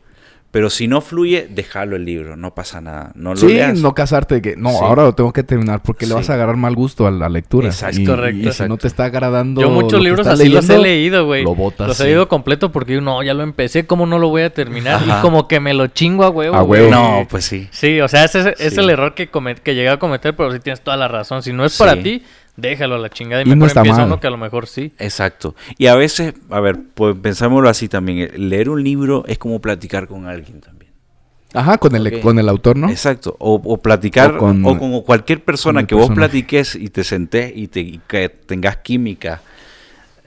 Speaker 3: Pero si no fluye, déjalo el libro, no pasa nada, no lo
Speaker 1: sí,
Speaker 3: leas.
Speaker 1: no casarte de que no,
Speaker 3: Sí.
Speaker 1: ahora lo tengo que terminar porque le
Speaker 3: Sí.
Speaker 1: vas a agarrar mal gusto a la lectura.
Speaker 3: Exacto.
Speaker 1: Y-
Speaker 2: Correcto.
Speaker 1: Y, si no te está agradando.
Speaker 2: Yo muchos
Speaker 1: lo que
Speaker 2: libros
Speaker 1: estás
Speaker 2: así los he
Speaker 1: leyendo,
Speaker 2: leído, güey.
Speaker 1: Lo botas.
Speaker 2: Los
Speaker 1: sí.
Speaker 2: he leído completo porque yo, no, ya lo empecé, ¿cómo no lo voy a terminar?
Speaker 3: Ajá.
Speaker 2: Y como que me lo chingo a huevo.
Speaker 1: A
Speaker 2: güey.
Speaker 1: huevo.
Speaker 3: No, pues sí.
Speaker 2: Sí, o sea, ese es, es
Speaker 3: Sí.
Speaker 2: el error que, comet- que llegué a cometer, pero sí tienes toda la razón. Si no es para
Speaker 3: Sí.
Speaker 2: ti, déjalo a la chingada y,
Speaker 1: Y no
Speaker 2: mejor
Speaker 1: está
Speaker 2: empieza
Speaker 1: mal.
Speaker 2: uno que a lo mejor sí.
Speaker 3: Exacto. Y a veces, a ver, pues pensámoslo así también, eh, leer un libro es como platicar con alguien también.
Speaker 1: Ajá, con el,
Speaker 3: Ok.
Speaker 1: con el autor, ¿no?
Speaker 3: Exacto. O, o platicar
Speaker 1: O
Speaker 3: o
Speaker 1: con-
Speaker 3: con, cualquier
Speaker 1: con
Speaker 3: persona
Speaker 1: el
Speaker 3: que vos
Speaker 1: personaje.
Speaker 3: platiques y te sentés y, te, y que tengas química.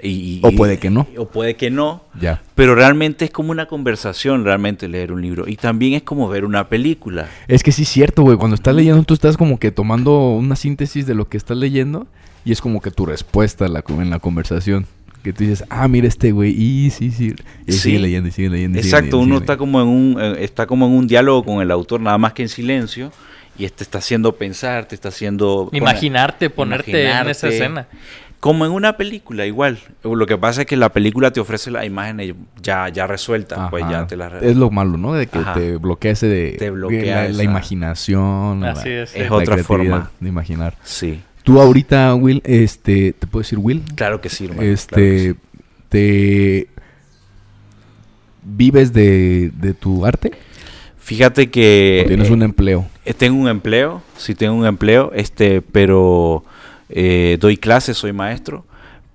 Speaker 3: Y, y-
Speaker 1: O puede que no.
Speaker 3: O puede que no.
Speaker 1: Ya.
Speaker 3: Pero realmente es como una conversación, realmente leer un libro. Y también es como ver una película.
Speaker 1: Es que sí es cierto, güey. Cuando estás leyendo, tú estás como que tomando una síntesis de lo que estás leyendo y es como que tu respuesta a la, co- en la conversación. que tú dices, ah, mira este güey, y sí, sí. Y
Speaker 3: Sí.
Speaker 1: sigue leyendo, y sigue leyendo. y sigue leyendo,
Speaker 3: Exacto,
Speaker 1: y sigue
Speaker 3: uno
Speaker 1: leyendo.
Speaker 3: está como, en un, eh, está como en un diálogo con el autor, nada más que en silencio, y este está haciendo pensar, te está haciendo...
Speaker 2: Imaginarte, ponerte en esa
Speaker 3: Imaginarte.
Speaker 2: escena.
Speaker 3: Como en una película, igual. Lo que pasa es que la película te ofrece las imágenes ya, ya resueltas, pues
Speaker 1: Ajá.
Speaker 3: ya te las...
Speaker 1: Es lo malo, ¿no? De que
Speaker 3: Ajá.
Speaker 1: te bloquea ese de
Speaker 3: Te
Speaker 1: la,
Speaker 3: bloquea
Speaker 1: la
Speaker 3: esa-
Speaker 1: imaginación. la-
Speaker 2: Así es.
Speaker 1: la
Speaker 3: Es otra
Speaker 1: creatividad
Speaker 3: forma.
Speaker 1: de imaginar.
Speaker 3: Sí,
Speaker 1: Tú ahorita, Will, este, ¿te puedo decir Will?
Speaker 3: claro que sí, hermano, claro que
Speaker 1: este,
Speaker 3: sí.
Speaker 1: te vives de, de tu arte.
Speaker 3: Fíjate que...
Speaker 1: ¿O tienes
Speaker 3: eh,
Speaker 1: un empleo.
Speaker 3: Eh, Tengo un empleo, sí tengo un empleo, este, pero eh, doy clases, soy maestro,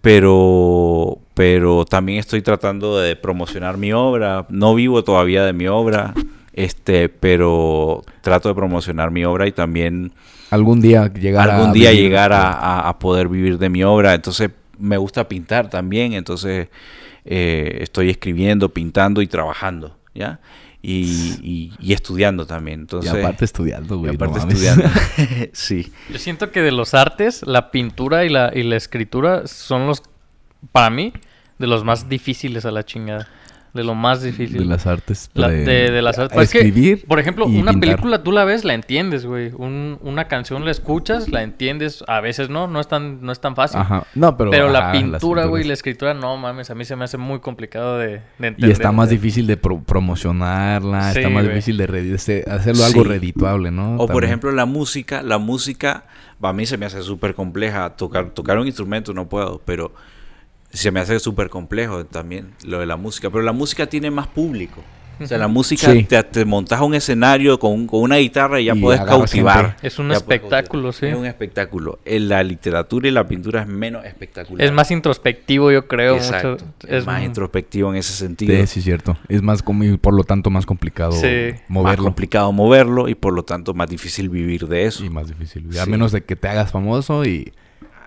Speaker 3: pero, pero también estoy tratando de promocionar mi obra. No vivo todavía de mi obra, este, pero trato de promocionar mi obra y también
Speaker 1: Algún día llegar a
Speaker 3: algún día
Speaker 1: vivir-
Speaker 3: llegar a, a- a poder vivir de mi obra. Entonces me gusta pintar también, entonces eh, estoy escribiendo, pintando y trabajando, ¿ya? Y, y- y estudiando también.
Speaker 1: Y
Speaker 3: Entonces,
Speaker 1: aparte estudiando,
Speaker 3: y
Speaker 1: güey. no
Speaker 3: aparte
Speaker 1: mames.
Speaker 3: estudiando. sí.
Speaker 2: Yo siento que de los artes, la pintura y la, y la escritura son los, para mí, de los más difíciles a la chingada. De lo más difícil.
Speaker 1: de las artes.
Speaker 2: La-
Speaker 1: pre-
Speaker 2: de, de las artes. Pues
Speaker 1: a
Speaker 2: Es que,
Speaker 1: Escribir.
Speaker 2: por ejemplo,
Speaker 1: y
Speaker 2: una
Speaker 1: pintar.
Speaker 2: película tú la ves, la entiendes, güey. Un- una canción la escuchas, la entiendes. A veces no, no es tan, no es tan fácil.
Speaker 1: Ajá. No, pero.
Speaker 2: Pero, la
Speaker 1: ajá, las
Speaker 2: pintura, güey,
Speaker 1: pinturas.
Speaker 2: la escritura, no mames, a mí se me hace muy complicado de, de entender.
Speaker 1: Y está más
Speaker 2: güey.
Speaker 1: difícil de pro- promocionarla,
Speaker 2: Sí,
Speaker 1: está más
Speaker 2: güey.
Speaker 1: difícil de redi- hacer- hacerlo algo
Speaker 3: Sí.
Speaker 1: redituable, ¿no?
Speaker 3: O por
Speaker 1: También.
Speaker 3: ejemplo la música, la música para mí se me hace súper compleja. Tocar, tocar un instrumento no puedo, pero se me hace súper complejo también lo de la música. Pero la música tiene más público. O sea, la música
Speaker 1: Sí.
Speaker 3: te, te montas a un escenario con, un- con una guitarra y ya
Speaker 1: Y
Speaker 3: puedes
Speaker 1: agarras
Speaker 3: cautivar.
Speaker 1: gente.
Speaker 2: Es un
Speaker 3: Ya puedes
Speaker 2: espectáculo,
Speaker 3: cautivar.
Speaker 2: sí.
Speaker 3: Es un espectáculo. En la literatura y la pintura es menos espectacular.
Speaker 2: Es más introspectivo, yo creo.
Speaker 3: Exacto.
Speaker 2: mucho.
Speaker 3: Es, más
Speaker 2: un-
Speaker 3: introspectivo en ese sentido.
Speaker 1: Sí, sí, cierto. Es más como, y por lo tanto, más complicado
Speaker 2: Sí.
Speaker 3: Más
Speaker 1: moverlo.
Speaker 3: complicado moverlo y por lo tanto más difícil vivir de eso.
Speaker 1: y más difícil. A
Speaker 3: Sí.
Speaker 1: menos de que te hagas famoso y.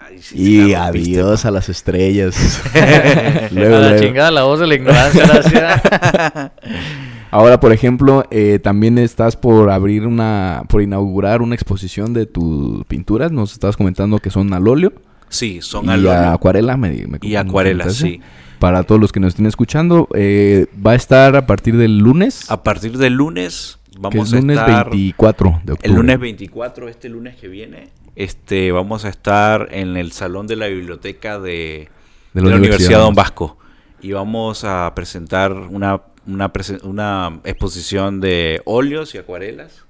Speaker 3: Ay, sí, sí,
Speaker 1: Y
Speaker 3: la rompiste,
Speaker 1: adiós a las estrellas. Luego,
Speaker 2: a la
Speaker 1: luego.
Speaker 2: chingada, la voz de la ignorancia. gracias.
Speaker 1: Ahora, por ejemplo, eh, también estás por abrir una, por inaugurar una exposición de tus pinturas. Nos estabas comentando que son al óleo
Speaker 3: Sí,
Speaker 1: y
Speaker 3: son
Speaker 1: a
Speaker 3: al
Speaker 1: acuarela. Me, me-
Speaker 3: y
Speaker 1: me
Speaker 3: acuarelas,
Speaker 1: comentaste.
Speaker 3: sí.
Speaker 1: Para todos los que nos estén escuchando, eh, va a estar a partir del lunes.
Speaker 3: A partir del lunes
Speaker 1: que es
Speaker 3: Ah, vamos
Speaker 1: lunes
Speaker 3: a estar
Speaker 1: 24 de octubre.
Speaker 3: el lunes 24, este lunes que viene, este vamos a estar en el salón de la biblioteca de, de la, Universidad Don Vasco y vamos a presentar una una, presen- una exposición de óleos y acuarelas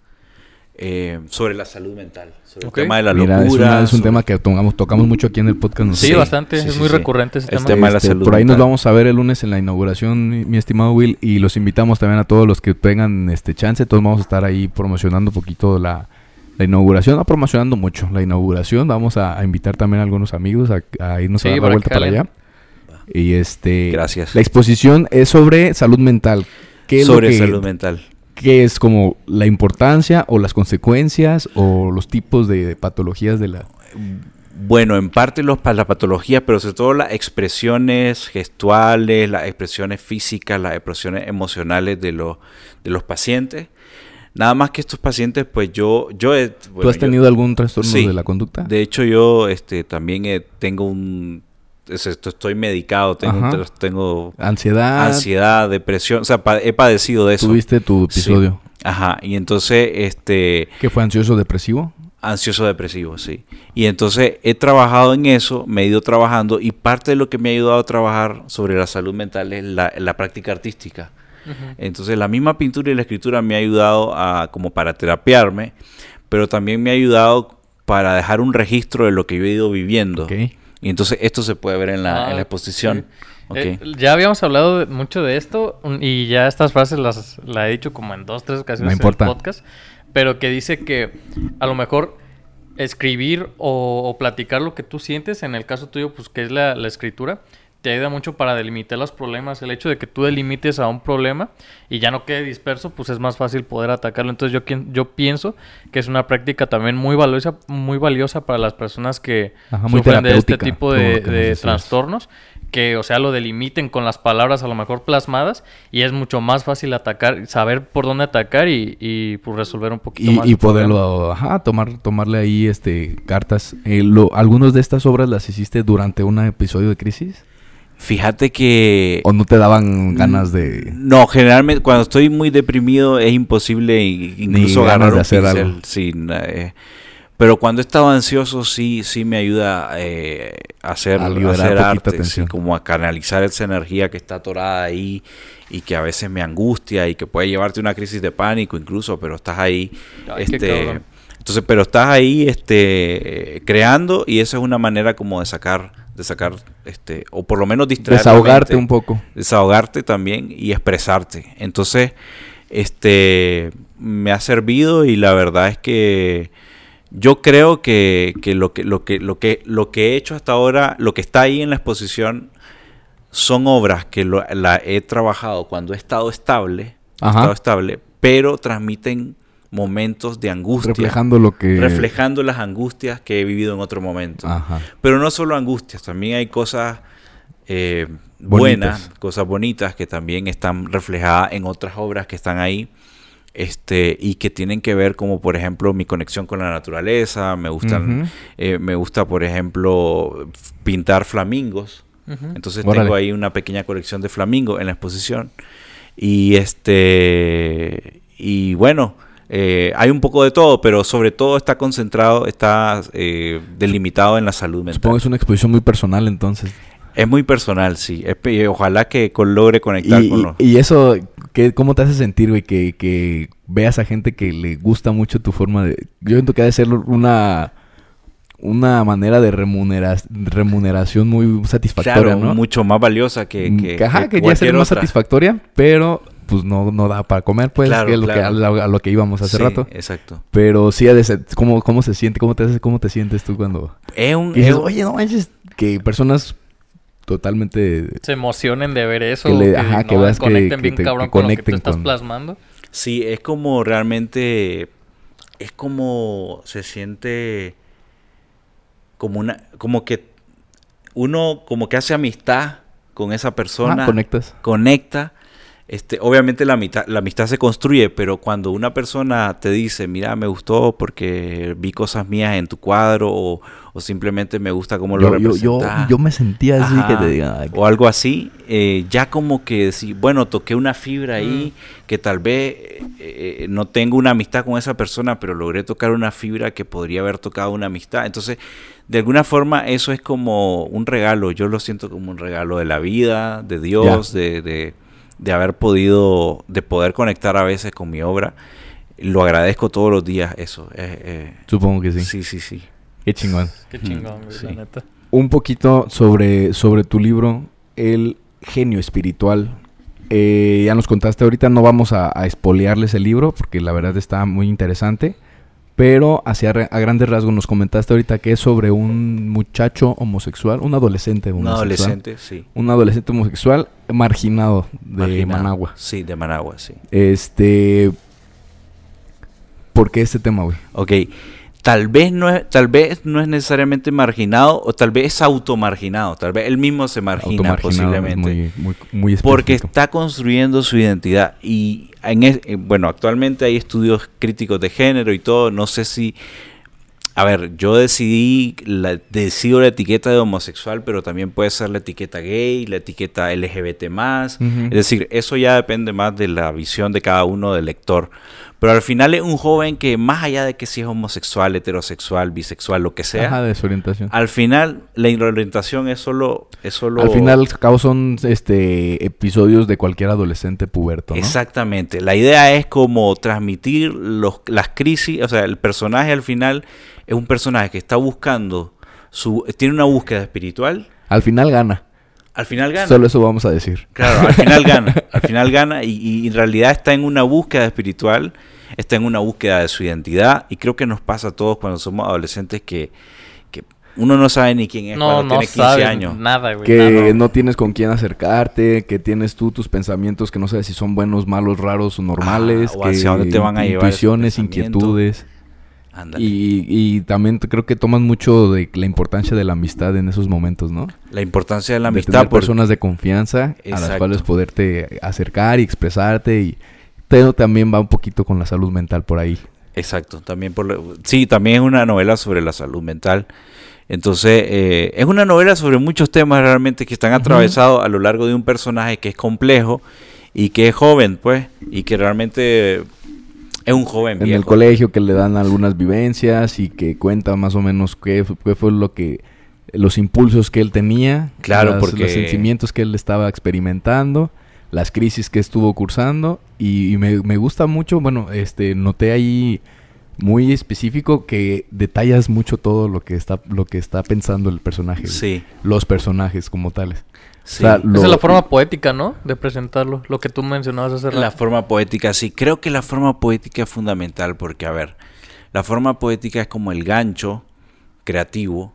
Speaker 3: eh, sobre la salud mental, sobre
Speaker 2: Ok.
Speaker 3: el tema de la
Speaker 1: Mira,
Speaker 3: locura.
Speaker 1: es, una- es un
Speaker 3: sobre-
Speaker 1: tema que tocamos, tocamos mucho aquí en el podcast.
Speaker 2: Sí,
Speaker 1: sé.
Speaker 2: bastante, es muy recurrente ese
Speaker 3: El
Speaker 2: tema.
Speaker 3: de la
Speaker 1: Este,
Speaker 3: salud
Speaker 1: por ahí nos
Speaker 3: mental.
Speaker 1: vamos a ver el lunes en la inauguración, mi, mi estimado Will, y los invitamos también a todos los que tengan este chance. Todos vamos a estar ahí promocionando un poquito la, la inauguración, no promocionando mucho la inauguración. Vamos a, a invitar también a algunos amigos a, a irnos
Speaker 2: Sí,
Speaker 1: a dar la
Speaker 2: para que
Speaker 1: vuelta para
Speaker 2: jalen.
Speaker 1: allá. Y este,
Speaker 3: Gracias.
Speaker 1: La exposición es sobre salud mental. ¿Qué es, lo
Speaker 3: sobre
Speaker 1: que-
Speaker 3: salud mental.
Speaker 1: qué es como la importancia o las consecuencias o los tipos de, de patologías de la...
Speaker 3: Bueno, en parte los, pa- las patologías, pero sobre todo las expresiones gestuales, las expresiones físicas, las expresiones emocionales de los, de los pacientes. Nada más que estos pacientes, pues yo... yo he-
Speaker 1: ¿Tú
Speaker 3: bueno,
Speaker 1: has
Speaker 3: yo-
Speaker 1: tenido algún trastorno
Speaker 3: Sí.
Speaker 1: de la conducta?
Speaker 3: de hecho, yo este, también eh, tengo un... es- esto- Estoy medicado, tengo, un
Speaker 1: Ajá.
Speaker 3: tras- tengo
Speaker 1: Ansiedad.
Speaker 3: ansiedad, depresión, o sea, pa- he padecido de eso.
Speaker 1: Tuviste tu
Speaker 3: Sí.
Speaker 1: episodio.
Speaker 3: Ajá, y entonces, este...
Speaker 1: que fue ansioso depresivo?
Speaker 3: Ansioso depresivo, sí. Y entonces he trabajado en eso, me he ido trabajando y parte de lo que me ha ayudado a trabajar sobre la salud mental es la, la práctica artística.
Speaker 2: Ujú.
Speaker 3: Entonces la misma pintura y la escritura me ha ayudado a, como para terapiarme, pero también me ha ayudado para dejar un registro de lo que yo he ido viviendo.
Speaker 1: Ok.
Speaker 3: Y entonces esto se puede ver en la,
Speaker 2: Ah,
Speaker 3: en la exposición. Ok.
Speaker 2: Eh, ya habíamos hablado de- mucho de esto un- y ya estas frases las la he dicho como en dos, tres ocasiones
Speaker 1: No importa.
Speaker 2: en el podcast, pero que dice que a lo mejor escribir o, o platicar lo que tú sientes, en el caso tuyo, pues que es la, la escritura, te ayuda mucho para delimitar los problemas. El hecho de que tú delimites a un problema y ya no quede disperso, pues es más fácil poder atacarlo. Entonces yo, quien- yo pienso que es una práctica también muy valiosa, muy valiosa para las personas que
Speaker 1: Ajá, muy
Speaker 2: sufren de este
Speaker 1: terapéutica,
Speaker 2: tipo
Speaker 1: todo lo
Speaker 2: de,
Speaker 1: que nos
Speaker 2: de
Speaker 1: decías.
Speaker 2: trastornos. Que, o sea, lo delimiten con las palabras a lo mejor plasmadas y es mucho más fácil atacar, saber por dónde atacar y, y pues, resolver un poquito más.
Speaker 1: Y, y
Speaker 2: el problema.
Speaker 1: poderlo, ajá, tomar, tomarle ahí este cartas. Eh, lo, ¿Algunos de estas obras las hiciste durante un episodio de crisis?
Speaker 3: Fíjate que...
Speaker 1: ¿O no te
Speaker 3: mm,
Speaker 1: daban ganas de...?
Speaker 3: No, generalmente cuando estoy muy deprimido es imposible i- incluso
Speaker 1: ganas
Speaker 3: ganar
Speaker 1: de hacer algo.
Speaker 3: eh, pero cuando he estado ansioso sí, sí me ayuda eh, a hacer,
Speaker 1: A
Speaker 3: a
Speaker 1: liberar
Speaker 3: hacer
Speaker 1: poquita
Speaker 3: arte, sí,
Speaker 1: tensión.
Speaker 3: como a canalizar esa energía que está atorada ahí y que a veces me angustia y que puede llevarte a una crisis de pánico incluso, pero estás ahí.
Speaker 2: Ay, qué
Speaker 3: este,
Speaker 2: cabrón.
Speaker 3: entonces, pero estás ahí este, eh, creando y esa es una manera como de sacar, de sacar, este, o por lo menos distraer la
Speaker 1: Desahogarte
Speaker 3: mente
Speaker 1: un poco.
Speaker 3: desahogarte también y expresarte. Entonces, este me ha servido y la verdad es que yo creo que, que lo que lo que lo que lo que he hecho hasta ahora, lo que está ahí en la exposición son obras que lo- la he trabajado cuando he estado estable, he
Speaker 1: Ajá.
Speaker 3: estado estable, pero transmiten momentos de angustia,
Speaker 1: Reflejando lo que...
Speaker 3: reflejando las angustias que he vivido en otro momento.
Speaker 1: Ajá.
Speaker 3: Pero no solo angustias, también hay cosas eh,
Speaker 1: Bonitas.
Speaker 3: buenas, cosas bonitas que también están reflejadas en otras obras que están ahí. Este, y que tienen que ver como por ejemplo mi conexión con la naturaleza, me gustan,
Speaker 1: Ujú.
Speaker 3: eh, me gusta por ejemplo f- pintar flamingos.
Speaker 2: Ujú.
Speaker 3: Entonces
Speaker 1: Órale.
Speaker 3: tengo ahí una pequeña colección de flamingos en la exposición. Y este y bueno, eh, hay un poco de todo, pero sobre todo está concentrado, está eh, delimitado en la salud mental.
Speaker 1: Supongo que es una exposición muy personal entonces.
Speaker 3: Es muy personal, sí. Es pe- y ojalá que con- logre conectar
Speaker 1: Y,
Speaker 3: con
Speaker 1: y-
Speaker 3: los...
Speaker 1: y eso, ¿qué, ¿cómo te hace sentir, güey? Que, que veas a gente que le gusta mucho tu forma de... Yo siento que ha de ser una, una manera de remunera- remuneración muy satisfactoria,
Speaker 3: Claro,
Speaker 1: ¿no?
Speaker 3: mucho más valiosa que...
Speaker 1: Mm,
Speaker 3: que,
Speaker 1: que, ajá, que ya
Speaker 3: cualquier
Speaker 1: sería más
Speaker 3: otra.
Speaker 1: satisfactoria, pero pues no, no da para comer, pues,
Speaker 3: Claro,
Speaker 1: que es lo
Speaker 3: claro.
Speaker 1: que, a, la- a lo que íbamos hace
Speaker 3: Sí,
Speaker 1: rato.
Speaker 3: exacto.
Speaker 1: Pero sí, ha de ser- ¿cómo, ¿cómo se siente? ¿Cómo te, hace- cómo te sientes tú cuando...
Speaker 3: Es un...
Speaker 1: que dices,
Speaker 3: es un-
Speaker 1: Oye, no manches, que personas totalmente
Speaker 2: Se emocionen de ver eso.
Speaker 1: Que le- ajá, que veas que-
Speaker 2: conecten
Speaker 1: que
Speaker 2: bien
Speaker 1: te-
Speaker 2: cabrón
Speaker 1: que
Speaker 2: con lo que tú
Speaker 1: conecten
Speaker 2: estás
Speaker 1: con-
Speaker 2: plasmando.
Speaker 3: Sí, es como realmente... Es como... Se siente... Como una... Como que... Uno como que hace amistad con esa persona.
Speaker 1: ah, conectas.
Speaker 3: conecta. Este, obviamente la, mitad, la amistad se construye, pero cuando una persona te dice, mira, me gustó porque vi cosas mías en tu cuadro o, o simplemente me gusta cómo lo
Speaker 1: yo, yo, yo,
Speaker 3: representas.
Speaker 1: yo me sentía así
Speaker 3: Ajá,
Speaker 1: que te digan. ay,
Speaker 3: o algo así, eh, ya como que si, bueno, toqué una fibra ahí que tal vez eh, eh, no tengo una amistad con esa persona, pero logré tocar una fibra que podría haber tocado una amistad. Entonces, de alguna forma, eso es como un regalo. Yo lo siento como un regalo de la vida, de Dios, de, de- de haber podido, de poder conectar a veces con mi obra. Lo agradezco todos los días, eso. eh, eh,
Speaker 1: Supongo que sí.
Speaker 3: sí, sí, sí.
Speaker 1: Qué chingón.
Speaker 2: Qué chingón, güey,
Speaker 3: sí.
Speaker 2: la neta.
Speaker 1: Un poquito sobre, sobre tu libro, El genio espiritual. Eh, ya nos contaste ahorita, no vamos a, a espolearles el libro porque la verdad está muy interesante. Pero hacia re- a grandes rasgos nos comentaste ahorita que es sobre un muchacho homosexual, un adolescente
Speaker 3: Un
Speaker 1: homosexual.
Speaker 3: adolescente, sí.
Speaker 1: Un adolescente homosexual marginado de
Speaker 3: Marginado.
Speaker 1: Managua.
Speaker 3: Sí, de Managua, sí.
Speaker 1: Este. ¿Por qué este tema, güey?
Speaker 3: Ok. Tal vez, no es, tal vez no es necesariamente marginado o tal vez es automarginado. Tal vez él mismo se margina
Speaker 1: Automarginado, es
Speaker 3: posiblemente.
Speaker 1: Muy, muy, muy específico.
Speaker 3: porque está construyendo su identidad. Y en es- eh, bueno, actualmente hay estudios críticos de género y todo. No sé si... A ver, yo decidí, la, decido la etiqueta de homosexual, pero también puede ser la etiqueta gay, la etiqueta LGBT más.
Speaker 1: Ujú.
Speaker 3: Es decir, eso ya depende más de la visión de cada uno del lector. Pero al final es un joven que más allá de que si es homosexual, heterosexual, bisexual, lo que sea,
Speaker 1: Ajá, desorientación.
Speaker 3: al final la orientación es solo... Es solo
Speaker 1: Al final, al cabo, son este, episodios de cualquier adolescente puberto, ¿no?
Speaker 3: Exactamente. La idea es como transmitir los, las crisis. O sea, el personaje al final es un personaje que está buscando, su, tiene una búsqueda espiritual.
Speaker 1: Al final gana.
Speaker 3: Al final gana.
Speaker 1: Solo eso vamos a decir.
Speaker 3: Claro, al final gana. Al final gana y, y en realidad está en una búsqueda espiritual, está en una búsqueda de su identidad. Y creo que nos pasa a todos cuando somos adolescentes que, que uno no sabe ni quién es
Speaker 2: No,
Speaker 3: cuando
Speaker 2: no
Speaker 3: tiene 15
Speaker 2: sabe
Speaker 3: años.
Speaker 2: nada,
Speaker 3: Pues
Speaker 2: güey.
Speaker 1: Que
Speaker 2: nada.
Speaker 1: no tienes con quién acercarte, que tienes tú tus pensamientos que no sabes si son buenos, malos, raros o normales,
Speaker 3: Ah, o
Speaker 1: que
Speaker 3: hacia dónde te van a llevar esos
Speaker 1: intuiciones,
Speaker 3: pensamientos.
Speaker 1: inquietudes.
Speaker 3: Ándale.
Speaker 1: Y, y también creo que toman mucho de la importancia de la amistad en esos momentos, ¿no?
Speaker 3: la importancia de la
Speaker 1: de
Speaker 3: amistad.
Speaker 1: tener
Speaker 3: porque-
Speaker 1: personas de confianza a las
Speaker 3: Exacto.
Speaker 1: cuales poderte acercar y expresarte y pero también va un poquito con la salud mental por ahí.
Speaker 3: Exacto, también por lo- sí, también es una novela sobre la salud mental Entonces, eh, es una novela sobre muchos temas realmente que están atravesados a lo largo de un personaje que es complejo y que es joven, pues, y que realmente es un joven.
Speaker 1: En el
Speaker 3: viejo.
Speaker 1: colegio que le dan algunas vivencias y que cuenta más o menos qué, fu- qué fue lo que los impulsos que él tenía,
Speaker 3: Claro,
Speaker 1: las-
Speaker 3: porque-
Speaker 1: los sentimientos que él estaba experimentando, las crisis que estuvo cursando y, y me, me gusta mucho, bueno, este noté ahí muy específico que detallas mucho todo lo que está lo que está pensando el personaje, güey.
Speaker 3: Sí,
Speaker 1: los personajes como tales.
Speaker 3: sí.
Speaker 1: sea,
Speaker 2: Esa
Speaker 1: Lo-
Speaker 2: es la forma poética, ¿no? De presentarlo. Lo que tú mencionabas hace rato.
Speaker 3: La forma poética, sí. Creo que la forma poética es fundamental porque, a ver, la forma poética es como el gancho creativo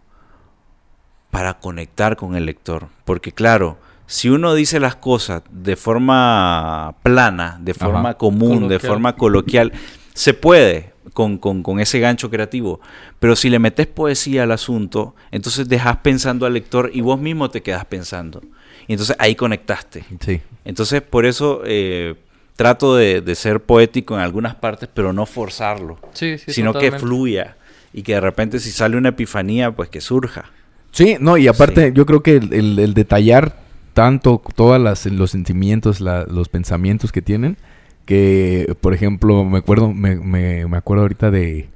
Speaker 3: para conectar con el lector. Porque, claro, si uno dice las cosas de forma plana, de
Speaker 1: Ajá.
Speaker 3: forma común, de
Speaker 2: Coloquial.
Speaker 3: forma coloquial, se puede con, con- con ese gancho creativo. Pero si le metes poesía al asunto, entonces dejas pensando al lector y vos mismo te quedas pensando. Y entonces ahí conectaste.
Speaker 1: Sí.
Speaker 3: Entonces, por eso eh, trato de, de ser poético en algunas partes, pero no forzarlo,
Speaker 2: Sí, sí,
Speaker 3: sino que
Speaker 2: totalmente.
Speaker 3: fluya y que de repente si sale una epifanía, pues que surja.
Speaker 1: Sí, no, y aparte
Speaker 3: Sí.
Speaker 1: yo creo que el, el- el detallar tanto todas las los sentimientos, la- los pensamientos que tienen, que por ejemplo, me acuerdo me, me- me acuerdo ahorita de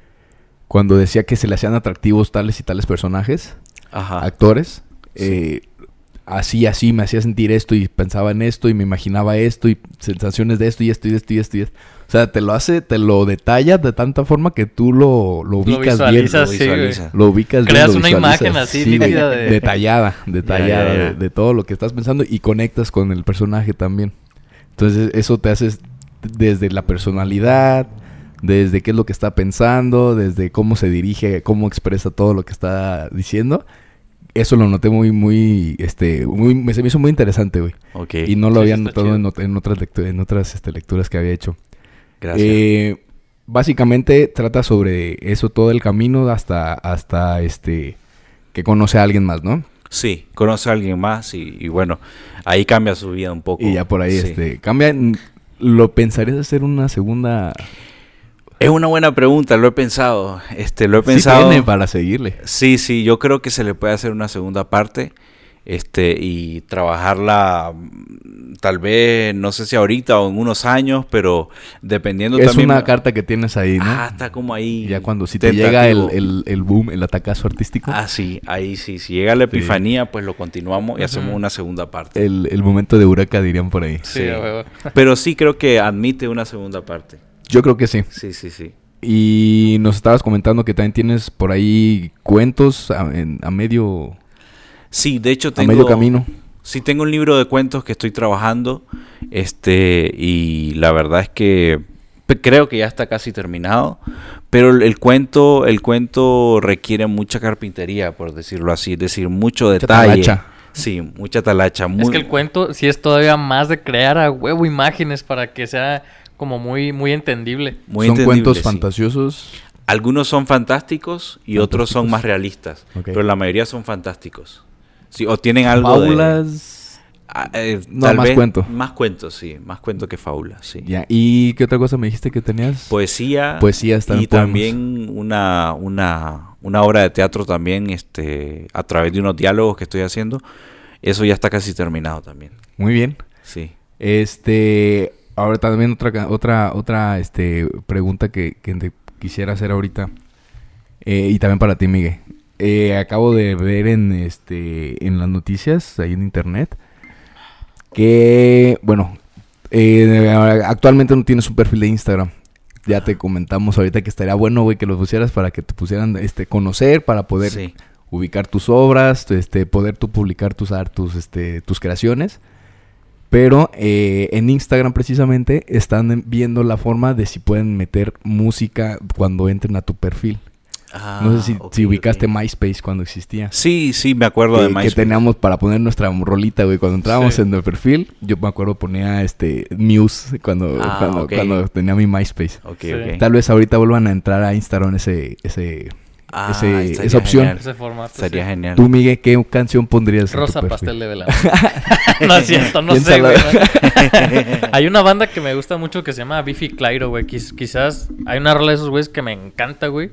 Speaker 1: cuando decía que se le hacían atractivos tales y tales personajes, Ah.
Speaker 3: Ajá.
Speaker 1: actores, eh, así así me hacía sentir esto y pensaba en esto y me imaginaba esto y sensaciones de esto y esto y esto y esto y esto. O sea, te lo hace, te lo detalla de tanta forma que tú lo, lo ubicas bien.
Speaker 2: visualizas, sí, güey.
Speaker 3: visualizas.
Speaker 1: Lo ubicas bien,
Speaker 2: Creas
Speaker 1: lo
Speaker 2: una
Speaker 1: visualizas.
Speaker 2: imagen así
Speaker 1: Sí, güey.
Speaker 2: nítida de-
Speaker 1: Detallada, detallada
Speaker 3: Ya, ya, ya.
Speaker 1: De, de todo lo que estás pensando y conectas con el personaje también. Entonces, eso te haces desde la personalidad, desde qué es lo que está pensando, desde cómo se dirige, cómo expresa todo lo que está diciendo. Eso lo noté muy, muy, este, muy, me- se me hizo muy interesante, güey.
Speaker 3: Ok.
Speaker 1: Y no lo
Speaker 2: Sí,
Speaker 1: había
Speaker 2: sí está
Speaker 1: notado
Speaker 2: chido.
Speaker 1: en, ot- en otras, lectu- en otras este, lecturas que había hecho.
Speaker 3: Gracias.
Speaker 1: Eh, básicamente trata sobre eso todo el camino hasta, hasta este que conoce a alguien más, ¿no?
Speaker 3: sí, conoce a alguien más y, y bueno, ahí cambia su vida un poco.
Speaker 1: Y ya por ahí
Speaker 3: Sí.
Speaker 1: este cambia. n- Lo pensarías hacer una segunda.
Speaker 3: Es una buena pregunta, lo he pensado. Este, lo he
Speaker 1: Sí
Speaker 3: pensado.
Speaker 1: tiene para seguirle.
Speaker 3: Sí, sí, yo creo que se le puede hacer una segunda parte este, y trabajarla mm, tal vez, no sé si ahorita o en unos años, pero dependiendo
Speaker 1: Es
Speaker 3: también...
Speaker 1: una carta que tienes ahí, ¿no?
Speaker 3: Ah, está como ahí.
Speaker 1: ya cuando si te llega el,
Speaker 3: tentativo.
Speaker 1: el- el boom, el atacazo artístico,
Speaker 3: Ah, sí, ahí sí. Si llega la epifanía, pues lo continuamos y hacemos
Speaker 2: Ujú.
Speaker 3: una segunda parte.
Speaker 1: el, el momento de huraca dirían por ahí.
Speaker 2: Sí, a huevo.
Speaker 3: Pero sí creo que admite una segunda parte.
Speaker 1: Yo creo que sí.
Speaker 3: Sí, sí, sí.
Speaker 1: Y nos estabas comentando que también tienes por ahí cuentos a, en- a medio
Speaker 3: Sí, de hecho
Speaker 1: a
Speaker 3: tengo...
Speaker 1: medio camino.
Speaker 3: Sí, tengo un libro de cuentos que estoy trabajando. Este, y la verdad es que pe- creo que ya está casi terminado. Pero el, el cuento, el cuento requiere mucha carpintería, por decirlo así, es decir, mucho detalle.
Speaker 1: talacha.
Speaker 3: Sí, mucha talacha.
Speaker 2: Es
Speaker 3: muy-
Speaker 2: que el cuento sí es todavía más de crear a huevo imágenes para que sea como muy, muy entendible.
Speaker 3: muy
Speaker 1: Son cuentos
Speaker 3: entendible, sí.
Speaker 1: fantasiosos.
Speaker 3: Algunos son fantásticos y otros son
Speaker 1: Fantásticos.
Speaker 3: más realistas.
Speaker 1: Ok.
Speaker 3: Pero la mayoría son fantásticos. Sí, o tienen algo de-
Speaker 1: Fábulas.
Speaker 3: Ah, eh,
Speaker 1: No,
Speaker 3: tal
Speaker 1: más
Speaker 3: vez-
Speaker 1: cuento.
Speaker 3: Más cuentos, sí. Más cuento que fábula, sí. Pues
Speaker 1: Ya. ¿Y qué otra cosa me dijiste que tenías?
Speaker 3: poesía,
Speaker 1: Poesía, están
Speaker 3: y
Speaker 1: poemas.
Speaker 3: también una, una, una obra de teatro también este, a través de unos diálogos que estoy haciendo. Eso ya está casi terminado también.
Speaker 1: Muy bien.
Speaker 3: Sí.
Speaker 1: Este, ahora también otra ca- otra otra este pregunta que, que te quisiera hacer ahorita Eh, y también para ti, Miguel. Eh, acabo de ver en este en las noticias ahí en internet que bueno eh, actualmente no tienes un perfil de Instagram. Ya te comentamos ahorita que estaría bueno, güey, que lo pusieras para que te pusieran este conocer para poder
Speaker 3: Sí.
Speaker 1: ubicar tus obras, tu- este, poder tú publicar tus ar- tus, este, tus creaciones. Pero eh, en Instagram precisamente están en- viendo la forma de si pueden meter música cuando entren a tu perfil. no sé si,
Speaker 3: Ah, ok,
Speaker 1: si ubicaste
Speaker 3: ok.
Speaker 1: MySpace cuando existía.
Speaker 3: Sí, sí, me acuerdo
Speaker 1: Que,
Speaker 3: de
Speaker 1: que
Speaker 3: MySpace.
Speaker 1: teníamos para poner nuestra rolita, güey. Cuando entrábamos
Speaker 2: Sí.
Speaker 1: en el perfil, yo me acuerdo ponía este Muse cuando,
Speaker 3: Ah,
Speaker 1: cuando,
Speaker 3: ok.
Speaker 1: cuando tenía mi MySpace.
Speaker 3: Ok,
Speaker 2: Sí.
Speaker 3: ok.
Speaker 1: Tal vez ahorita vuelvan a entrar a Instagram ese, ese,
Speaker 3: Ah,
Speaker 1: ese-
Speaker 3: estaría
Speaker 1: esa opción.
Speaker 3: genial,
Speaker 2: Ese formato.
Speaker 3: Estaría
Speaker 2: sí.
Speaker 3: genial.
Speaker 1: Tú, Miguel, ¿qué canción pondrías? en tu
Speaker 2: Rosa
Speaker 1: perfil?
Speaker 2: pastel de vela. no es cierto, no
Speaker 1: ¿Quién
Speaker 2: sé,
Speaker 1: sabe?
Speaker 2: güey. hay una banda que me gusta mucho que se llama Biffy Clyro, güey. Quiz- quizás hay una rola de esos güeyes que me encanta, güey.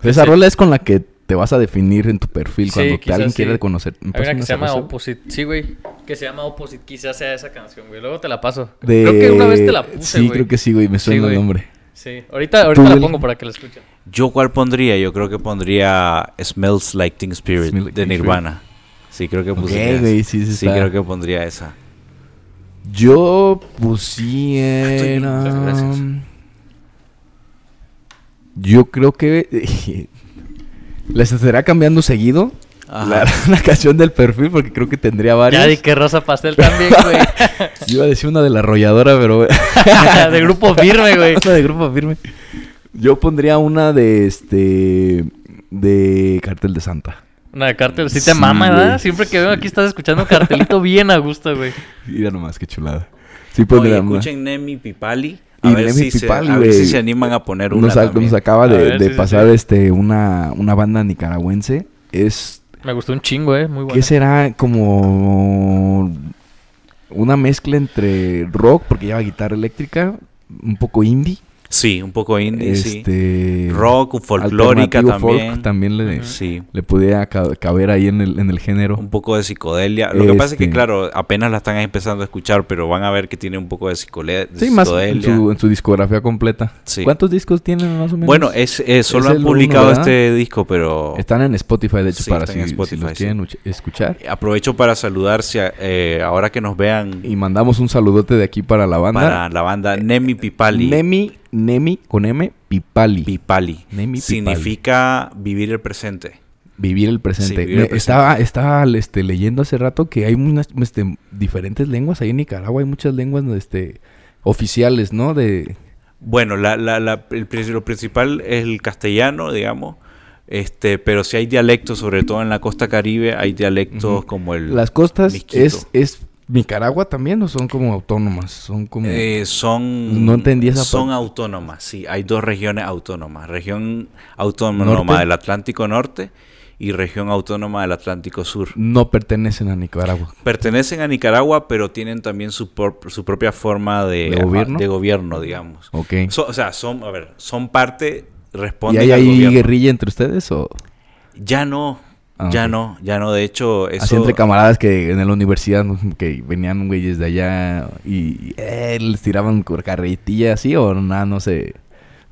Speaker 1: Esa
Speaker 2: Sí.
Speaker 1: rola es con la que te vas a definir en tu perfil
Speaker 2: Sí,
Speaker 1: cuando te-
Speaker 2: quizás
Speaker 1: alguien
Speaker 2: sí.
Speaker 1: quiere conocer. ¿Me
Speaker 2: Hay
Speaker 1: pasas
Speaker 2: una que
Speaker 1: una
Speaker 2: se llama
Speaker 1: cerveza?
Speaker 2: Opposite. Sí, güey. Que se llama Opposite. Quizás sea esa canción, güey. Luego te la paso.
Speaker 1: De-
Speaker 2: Creo que una vez te la puse,
Speaker 1: Sí,
Speaker 2: güey.
Speaker 1: creo que sí, güey. Me
Speaker 2: Sí,
Speaker 1: suena el
Speaker 2: güey.
Speaker 1: nombre.
Speaker 2: Sí. Ahorita, ahorita la
Speaker 1: Will?
Speaker 2: pongo para que la escuchen.
Speaker 3: ¿Yo cuál pondría? Yo creo que pondría Smells Like Teen Spirit
Speaker 1: Smells Like
Speaker 3: de
Speaker 1: Teen Spirit.
Speaker 3: Nirvana. Sí, creo que
Speaker 1: Ok,
Speaker 3: pondría esa.
Speaker 1: güey, sí, sí está.
Speaker 3: creo que pondría esa.
Speaker 1: Yo pusiera.
Speaker 3: Muchas gracias.
Speaker 1: Yo creo que. Les estará cambiando seguido la,
Speaker 3: Ajá.
Speaker 1: la canción del perfil porque creo que tendría varias.
Speaker 2: Ya di que Rosa Pastel también, güey.
Speaker 1: Yo iba a decir una de la arrolladora, pero.
Speaker 2: de grupo firme, güey.
Speaker 1: Una de grupo firme. Yo pondría una de este. De Cartel de Santa.
Speaker 2: Una de cartel. Sí te
Speaker 1: Sí,
Speaker 2: mama,
Speaker 1: güey.
Speaker 2: ¿verdad? Siempre que veo aquí estás escuchando cartelito bien a gusto, güey.
Speaker 1: Mira nomás, qué chulada. Sí,
Speaker 3: Oye,
Speaker 1: pondría una.
Speaker 3: escuchen Nemi Pipali. A
Speaker 1: Y
Speaker 3: ver,
Speaker 1: Nemi
Speaker 3: si,
Speaker 1: Pipali,
Speaker 3: se, a ver si
Speaker 1: güey.
Speaker 3: se animan a poner una.
Speaker 1: Nos, ac-
Speaker 3: también.
Speaker 1: nos acaba
Speaker 2: A
Speaker 1: de,
Speaker 2: ver,
Speaker 1: de
Speaker 2: sí, sí,
Speaker 1: pasar
Speaker 2: sí.
Speaker 1: este una, una banda nicaragüense. Es
Speaker 2: Me gustó un chingo, eh. Muy
Speaker 1: que
Speaker 2: bueno.
Speaker 1: será como una mezcla entre rock, porque lleva guitarra eléctrica, un poco indie.
Speaker 3: Sí, un poco indie, sí.
Speaker 1: este,
Speaker 3: Rock, folclórica
Speaker 1: alternativo folk también
Speaker 3: también.
Speaker 1: le,
Speaker 2: Ujú.
Speaker 3: Sí.
Speaker 1: le pudiera ca- caber ahí en el, en el género.
Speaker 3: Un poco de psicodelia. Lo que pasa es que,
Speaker 1: Este.
Speaker 3: claro, apenas la están empezando a escuchar, pero van a ver que tiene un poco de, psicole- de
Speaker 1: Sí, más en
Speaker 3: psicodelia.
Speaker 1: su, en su discografía completa.
Speaker 3: Sí.
Speaker 1: ¿Cuántos discos tienen más o menos?
Speaker 3: Bueno, es, es- solo
Speaker 1: Es
Speaker 3: han
Speaker 1: el uno,
Speaker 3: publicado
Speaker 1: ¿verdad?
Speaker 3: este disco, pero
Speaker 1: están en Spotify, de hecho,
Speaker 3: Sí,
Speaker 1: para
Speaker 3: están
Speaker 1: si,
Speaker 3: en
Speaker 1: si
Speaker 3: Spotify,
Speaker 1: los
Speaker 3: sí.
Speaker 1: quieren uch- escuchar.
Speaker 3: aprovecho para saludar si a- eh, ahora que nos vean
Speaker 1: Y mandamos un saludote de aquí para la banda.
Speaker 3: para la banda Nemi Pipali.
Speaker 1: Nemi, Nemi con M, Pipali.
Speaker 3: Pipali.
Speaker 1: Nemi Pipali.
Speaker 3: Significa vivir el presente.
Speaker 1: vivir el presente.
Speaker 3: Sí, vivir
Speaker 1: Me-
Speaker 3: el presente.
Speaker 1: Estaba, estaba este, leyendo hace rato que hay unas este, diferentes lenguas. Ahí en Nicaragua hay muchas lenguas este, oficiales, ¿no? De,
Speaker 3: Bueno, la, la- la- el, pri- lo principal es el castellano, digamos. Este, pero si hay dialectos, sobre todo en la costa caribe, hay dialectos
Speaker 1: Ujú.
Speaker 3: como el...
Speaker 1: Las costas
Speaker 3: Miquito.
Speaker 1: es, es Nicaragua también o son como autónomas. Son como...
Speaker 3: Eh, son
Speaker 1: No entendí esa
Speaker 3: son
Speaker 1: parte.
Speaker 3: autónomas, sí. Hay dos regiones autónomas. Región autónoma
Speaker 1: Norte.
Speaker 3: del Atlántico Norte y región autónoma del Atlántico Sur.
Speaker 1: No pertenecen a Nicaragua.
Speaker 3: Pertenecen a Nicaragua, pero tienen también su, por- su propia forma de,
Speaker 1: ¿De gobierno?
Speaker 3: de gobierno, digamos.
Speaker 1: Ok.
Speaker 3: So- o sea, son, a ver, son parte,
Speaker 1: ¿Y
Speaker 3: responden
Speaker 1: hay
Speaker 3: al
Speaker 1: ahí
Speaker 3: gobierno.
Speaker 1: guerrilla entre ustedes o...?
Speaker 3: Ya no,
Speaker 1: Ah,
Speaker 3: ya
Speaker 1: ok.
Speaker 3: no, ya no. De hecho,
Speaker 1: Así
Speaker 3: eso...
Speaker 1: entre camaradas que en la universidad ¿no? que venían güeyes de allá y, y, eh, les tiraban cur- carretilla así o nada, no sé.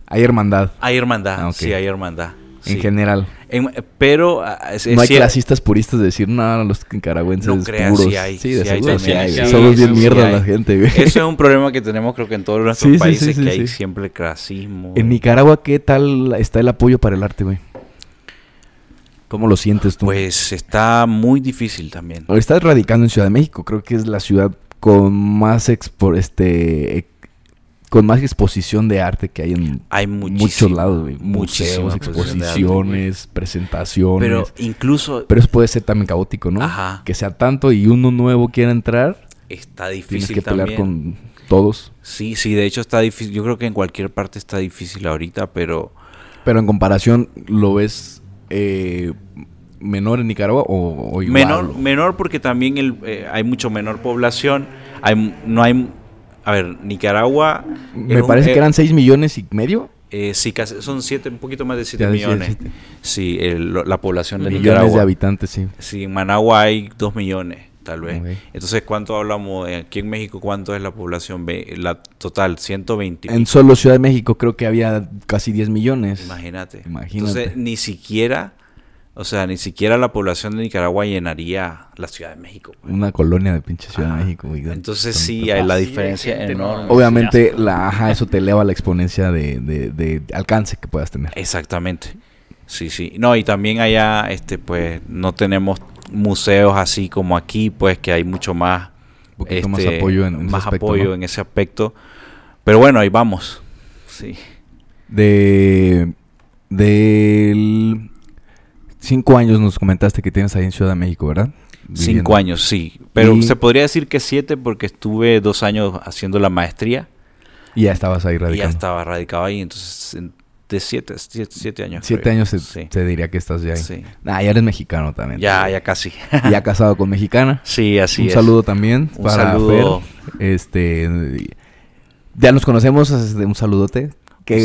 Speaker 1: Hay hermandad
Speaker 3: Hay hermandad,
Speaker 1: Ah, ok.
Speaker 3: sí, hay hermandad. sí.
Speaker 1: en general.
Speaker 3: En- pero... ah, es-
Speaker 1: no hay
Speaker 3: es cier-
Speaker 1: clasistas puristas de decir, no, los nicaragüenses
Speaker 3: No creas,
Speaker 1: puros.
Speaker 3: sí hay,
Speaker 1: sí, de
Speaker 3: sí hay
Speaker 1: seguro sí
Speaker 2: también,
Speaker 1: hay.
Speaker 2: sí
Speaker 1: güey.
Speaker 2: hay,
Speaker 1: Somos
Speaker 2: sí,
Speaker 1: bien
Speaker 2: sí
Speaker 1: mierda
Speaker 3: hay.
Speaker 1: la gente, güey.
Speaker 3: Eso es un problema que tenemos creo que en todos nuestros
Speaker 1: Sí, sí, sí,
Speaker 3: países,
Speaker 1: sí,
Speaker 3: que
Speaker 1: sí.
Speaker 3: hay siempre clasismo.
Speaker 1: En Nicaragua, ¿qué tal está el apoyo para el arte, güey? ¿Cómo lo sientes tú?
Speaker 3: Pues está muy difícil también.
Speaker 1: Estás radicando en Ciudad de México, creo que es la ciudad con más expo este ex- con más exposición de arte que hay en
Speaker 3: Hay
Speaker 1: muchos
Speaker 3: muchísimo.
Speaker 1: lados, güey.
Speaker 3: muchísima
Speaker 1: museos,
Speaker 3: exposición de arte,
Speaker 1: exposiciones, presentaciones.
Speaker 3: Pero
Speaker 1: Pero,
Speaker 3: incluso
Speaker 1: eso puede ser también caótico, ¿no?
Speaker 3: Ajá.
Speaker 1: Que sea tanto y uno nuevo quiera entrar,
Speaker 3: está
Speaker 1: tienes
Speaker 3: difícil
Speaker 1: que pelear
Speaker 3: también.
Speaker 1: con todos.
Speaker 3: Sí, sí, de hecho está difícil. Yo creo que en cualquier parte está difícil ahorita, pero
Speaker 1: Pero en comparación, ¿lo ves eh, menor en Nicaragua o, o igual?
Speaker 3: menor,
Speaker 1: o-
Speaker 3: menor porque también el, eh, hay mucho menor población. Hay, m- no hay, a ver, Nicaragua.
Speaker 1: Me
Speaker 3: era un-
Speaker 1: parece
Speaker 3: eh,
Speaker 1: que eran 6 millones y medio.
Speaker 3: eh, sí, casi, son siete, un poquito más de
Speaker 1: Ya
Speaker 3: 7
Speaker 1: decía,
Speaker 3: millones.
Speaker 1: siete.
Speaker 3: Sí, el- lo- la población de
Speaker 1: Millones
Speaker 3: Nicaragua.
Speaker 1: de habitantes, sí.
Speaker 3: Sí, en Managua hay 2 millones, tal vez.
Speaker 1: Ok.
Speaker 3: Entonces, ¿cuánto hablamos? Eh, Aquí en México, ¿cuánto es la población? Ve- La total, 120.
Speaker 1: En solo Ciudad de México creo que había casi 10 millones.
Speaker 3: Imagínate.
Speaker 1: Imagínate.
Speaker 3: Entonces, ni siquiera, o sea, ni siquiera la población de Nicaragua llenaría la Ciudad de México. pues.
Speaker 1: Una colonia de pinche Ciudad
Speaker 3: Ajá.
Speaker 1: de México. güey.
Speaker 3: Entonces,
Speaker 1: Son-
Speaker 3: sí, hay la
Speaker 2: Así de
Speaker 3: diferencia
Speaker 2: gente, ¿no?
Speaker 3: enorme.
Speaker 1: Obviamente, la, ajá, eso te eleva la exponencia de, de- de alcance que puedas
Speaker 3: Eh,
Speaker 1: tener.
Speaker 3: Exactamente. Sí, sí. No, y también allá, este, pues, no tenemos museos así como aquí, pues, que hay mucho más,
Speaker 1: Un poquito más apoyo en- en ese
Speaker 3: este, más
Speaker 1: aspecto,
Speaker 3: apoyo
Speaker 1: ¿no?
Speaker 3: en ese aspecto. Pero bueno, ahí vamos. Sí.
Speaker 1: De. Del. Cinco años nos comentaste que tienes ahí en Ciudad de México, ¿verdad? Viviendo.
Speaker 3: Cinco años, sí. Pero
Speaker 1: Y-
Speaker 3: se podría decir que siete porque estuve dos años haciendo la maestría
Speaker 1: Y ya estabas ahí radicando.
Speaker 3: y ya estaba radicado ahí. Entonces, en- de siete, siete, siete años.
Speaker 1: Siete
Speaker 3: creo.
Speaker 1: años se,
Speaker 3: Sí.
Speaker 1: se diría que estás ya ahí.
Speaker 3: Sí.
Speaker 1: Ah, ya eres mexicano también.
Speaker 3: Ya, ya casi.
Speaker 1: Ya casado con mexicana.
Speaker 3: sí, así
Speaker 1: un
Speaker 3: es.
Speaker 1: saludo también
Speaker 3: Un
Speaker 1: para
Speaker 3: saludo.
Speaker 1: Fer. Este. Ya nos conocemos, este, un saludote. Qué,